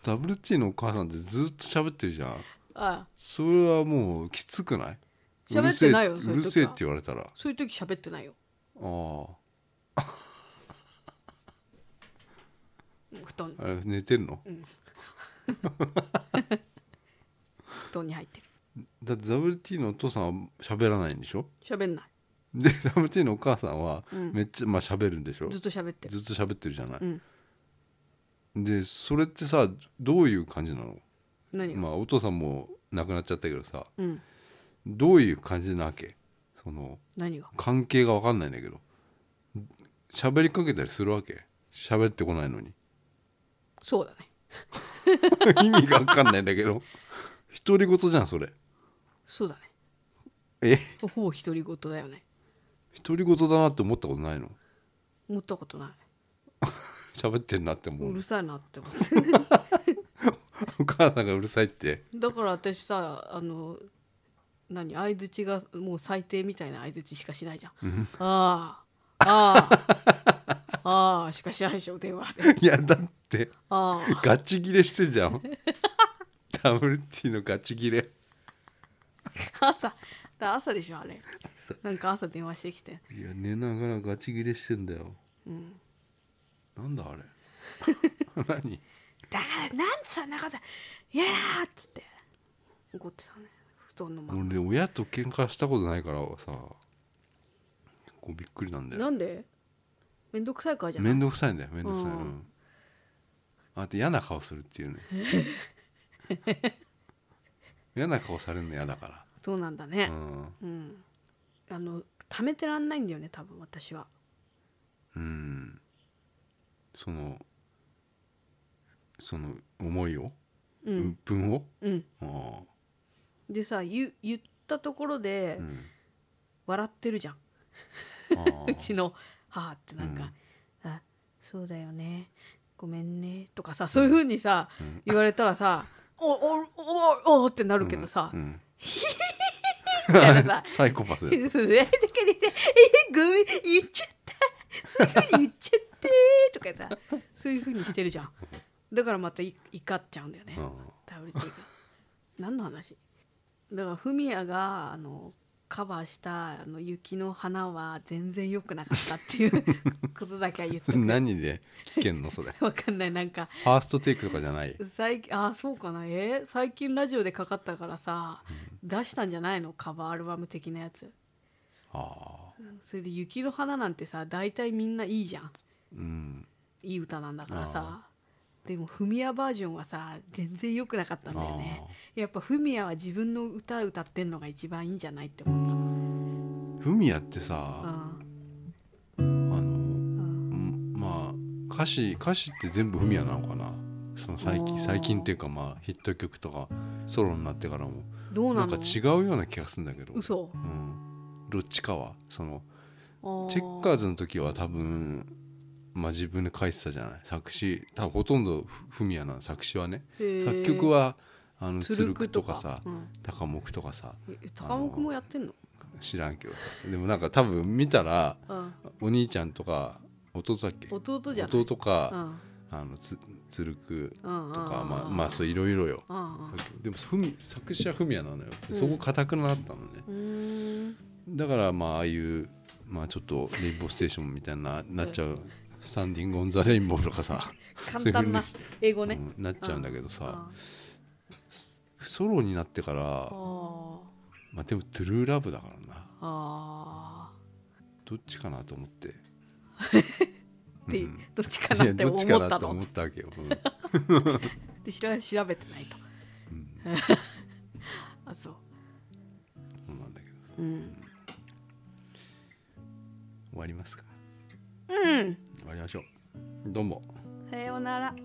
C: WT のお母さんってずっと喋ってるじゃん
B: ああ
C: それはもうきつくない
B: 喋ってないよ
C: うるせ
B: そ
C: え
B: う
C: う
B: いう時は
C: るせえって言われたらあ
B: そういう時喋ってないよ
C: あ
B: 布団
C: あ寝てるの、
B: 布団に入ってる
C: だって WT のお父さんは喋らないんでしょ
B: 喋んな
C: で WT のお母さんはめっちゃ、まあ喋るんでしょ
B: いずっと喋ってる
C: ずっと喋ってるじゃない、
B: ん
C: でそれってさどういう感じなの
B: 何が、
C: まあお父さんも亡くなっちゃったけどさ
B: うん
C: どういう感じなわけその
B: 何が
C: 関係が分かんないんだけど喋りかけたりするわけ喋ってこないのに
B: そうだね
C: 意味が分かんないんだけど独り言じゃんそれ
B: そうだね
C: え
B: ほぼ独り言だよね
C: 独り言だなって思ったことないの
B: 思ったことない
C: 喋ってんなって思
B: う
C: う
B: るさいなって思って
C: お母さんがうるさいって
B: だから私さあの何相づちがもう最低みたいな相づちしかしないじゃんああああああしかしないでしょ電話で
C: いやだって
B: ああ
C: ガチギレしてんじゃん WT のガチギレ
B: 朝だ朝でしょあれなんか朝電話してきて
C: いや寝ながらガチギレしてんだよ、なんだ あれ何
B: 「だからなんでそんなこと嫌だ!」っつって怒ってたね布団のまま
C: 俺親と喧嘩したことないからさ結構びっくりなんだ
B: な
C: よ
B: んでめんどくさいからじゃない
C: 面倒くさいんだよ面倒くさい、
B: うん
C: うんあって嫌な顔するって いうね嫌な顔されるの嫌だか
B: そうなんだ
C: ら
B: ね
C: うん
B: うんあの貯めてらんないんだよね多分私は
C: うんそのその思いを
B: うん
C: 鬱憤を
B: うん
C: あ
B: でさ言う言ったところで
C: あうん
B: 笑ってるじゃん
C: ああ
B: うちの母ってなんか「あそうだよねごめんね」とかさそういうふうにさ、言われたら さ「おおおおお」ってなるけどさ
C: う、ん
B: みたいなさ
C: サイコパスだ よ
B: それだけでさえごめん言っちゃったそういうふうに言っちゃって」とかさそういうふうにしてるじゃんだからまたい怒っちゃうんだよね
C: うん
B: WT が何の話だからフミヤがあのカバーしたあの雪の花は全然良くなかったっていう ことだけは言って
C: そ
B: く
C: れ
B: れ
C: 何で聞けんのそれフ
B: わかんないなんか
C: ァーストテイクとかじゃない
B: 最近あそうかなえー最近ラジオでかかったからさ、出したんじゃないのカバーアルバム的なやつ
C: ああ
B: それで「雪の花」なんてさ大体みんないいじゃん
C: うん
B: いい歌なんだからさでもフミヤバージョンはさ全然良くなかったんだよねやっぱフミヤは自分の歌歌ってんのが一番いいんじゃないって思っ
C: フミヤって
B: た、う
C: さあ
B: ん
C: の
B: うん、
C: うんまあ歌詞歌詞って全部フミヤなのかなその最
B: あ
C: 近
B: ー
C: 最近っていうかまあヒット曲とかソロになってからも
B: どうな
C: な
B: の
C: んか違うような気がするんだけど
B: 嘘
C: うんどっちかはその
B: あー
C: チェッカーズの時は多分まあ自分で書いてたじゃない作詞多分ほとんどフフミヤなの作詞はね
B: へー
C: 作曲はあの
B: つる
C: 鶴
B: く
C: 久
B: と
C: と
B: か
C: かさ
B: うん
C: 高木とかさ
B: え高木もやってんの
C: 知らんけどでもなんか多分見たら
B: うん
C: お兄ちゃんとか弟だっけ
B: 弟じゃない
C: 弟
B: う
C: か
B: ん
C: あのつ鶴久と
B: うんうん
C: か
B: うん
C: まあまあそういろいろよ
B: うん
C: でもふみ作詞はフミヤなのよそこ固くなったのね
B: うんうーん
C: だからまあああいうまあちょっとレインボーステーションみたいななっちゃうスタンディング・オン・ザ・レインボーとかさ
B: 簡単な英語ね
C: うんなっちゃうんだけどさ
B: あ
C: ソロになってから
B: ー
C: まあでもトゥルーラブだからな
B: あ
C: どっちかなと思って
B: ーって
C: うん
B: どっちか
C: い
B: な
C: や
B: って
C: どっ
B: 思
C: ちか
B: っ
C: な
B: た
C: と
B: の
C: 思ったわけよ、うん
B: で調べ調べてないと あそう
C: そうなんだけどさ
B: うん
C: 終わりますか
B: うん
C: 終わりましょうどうも
B: さようなら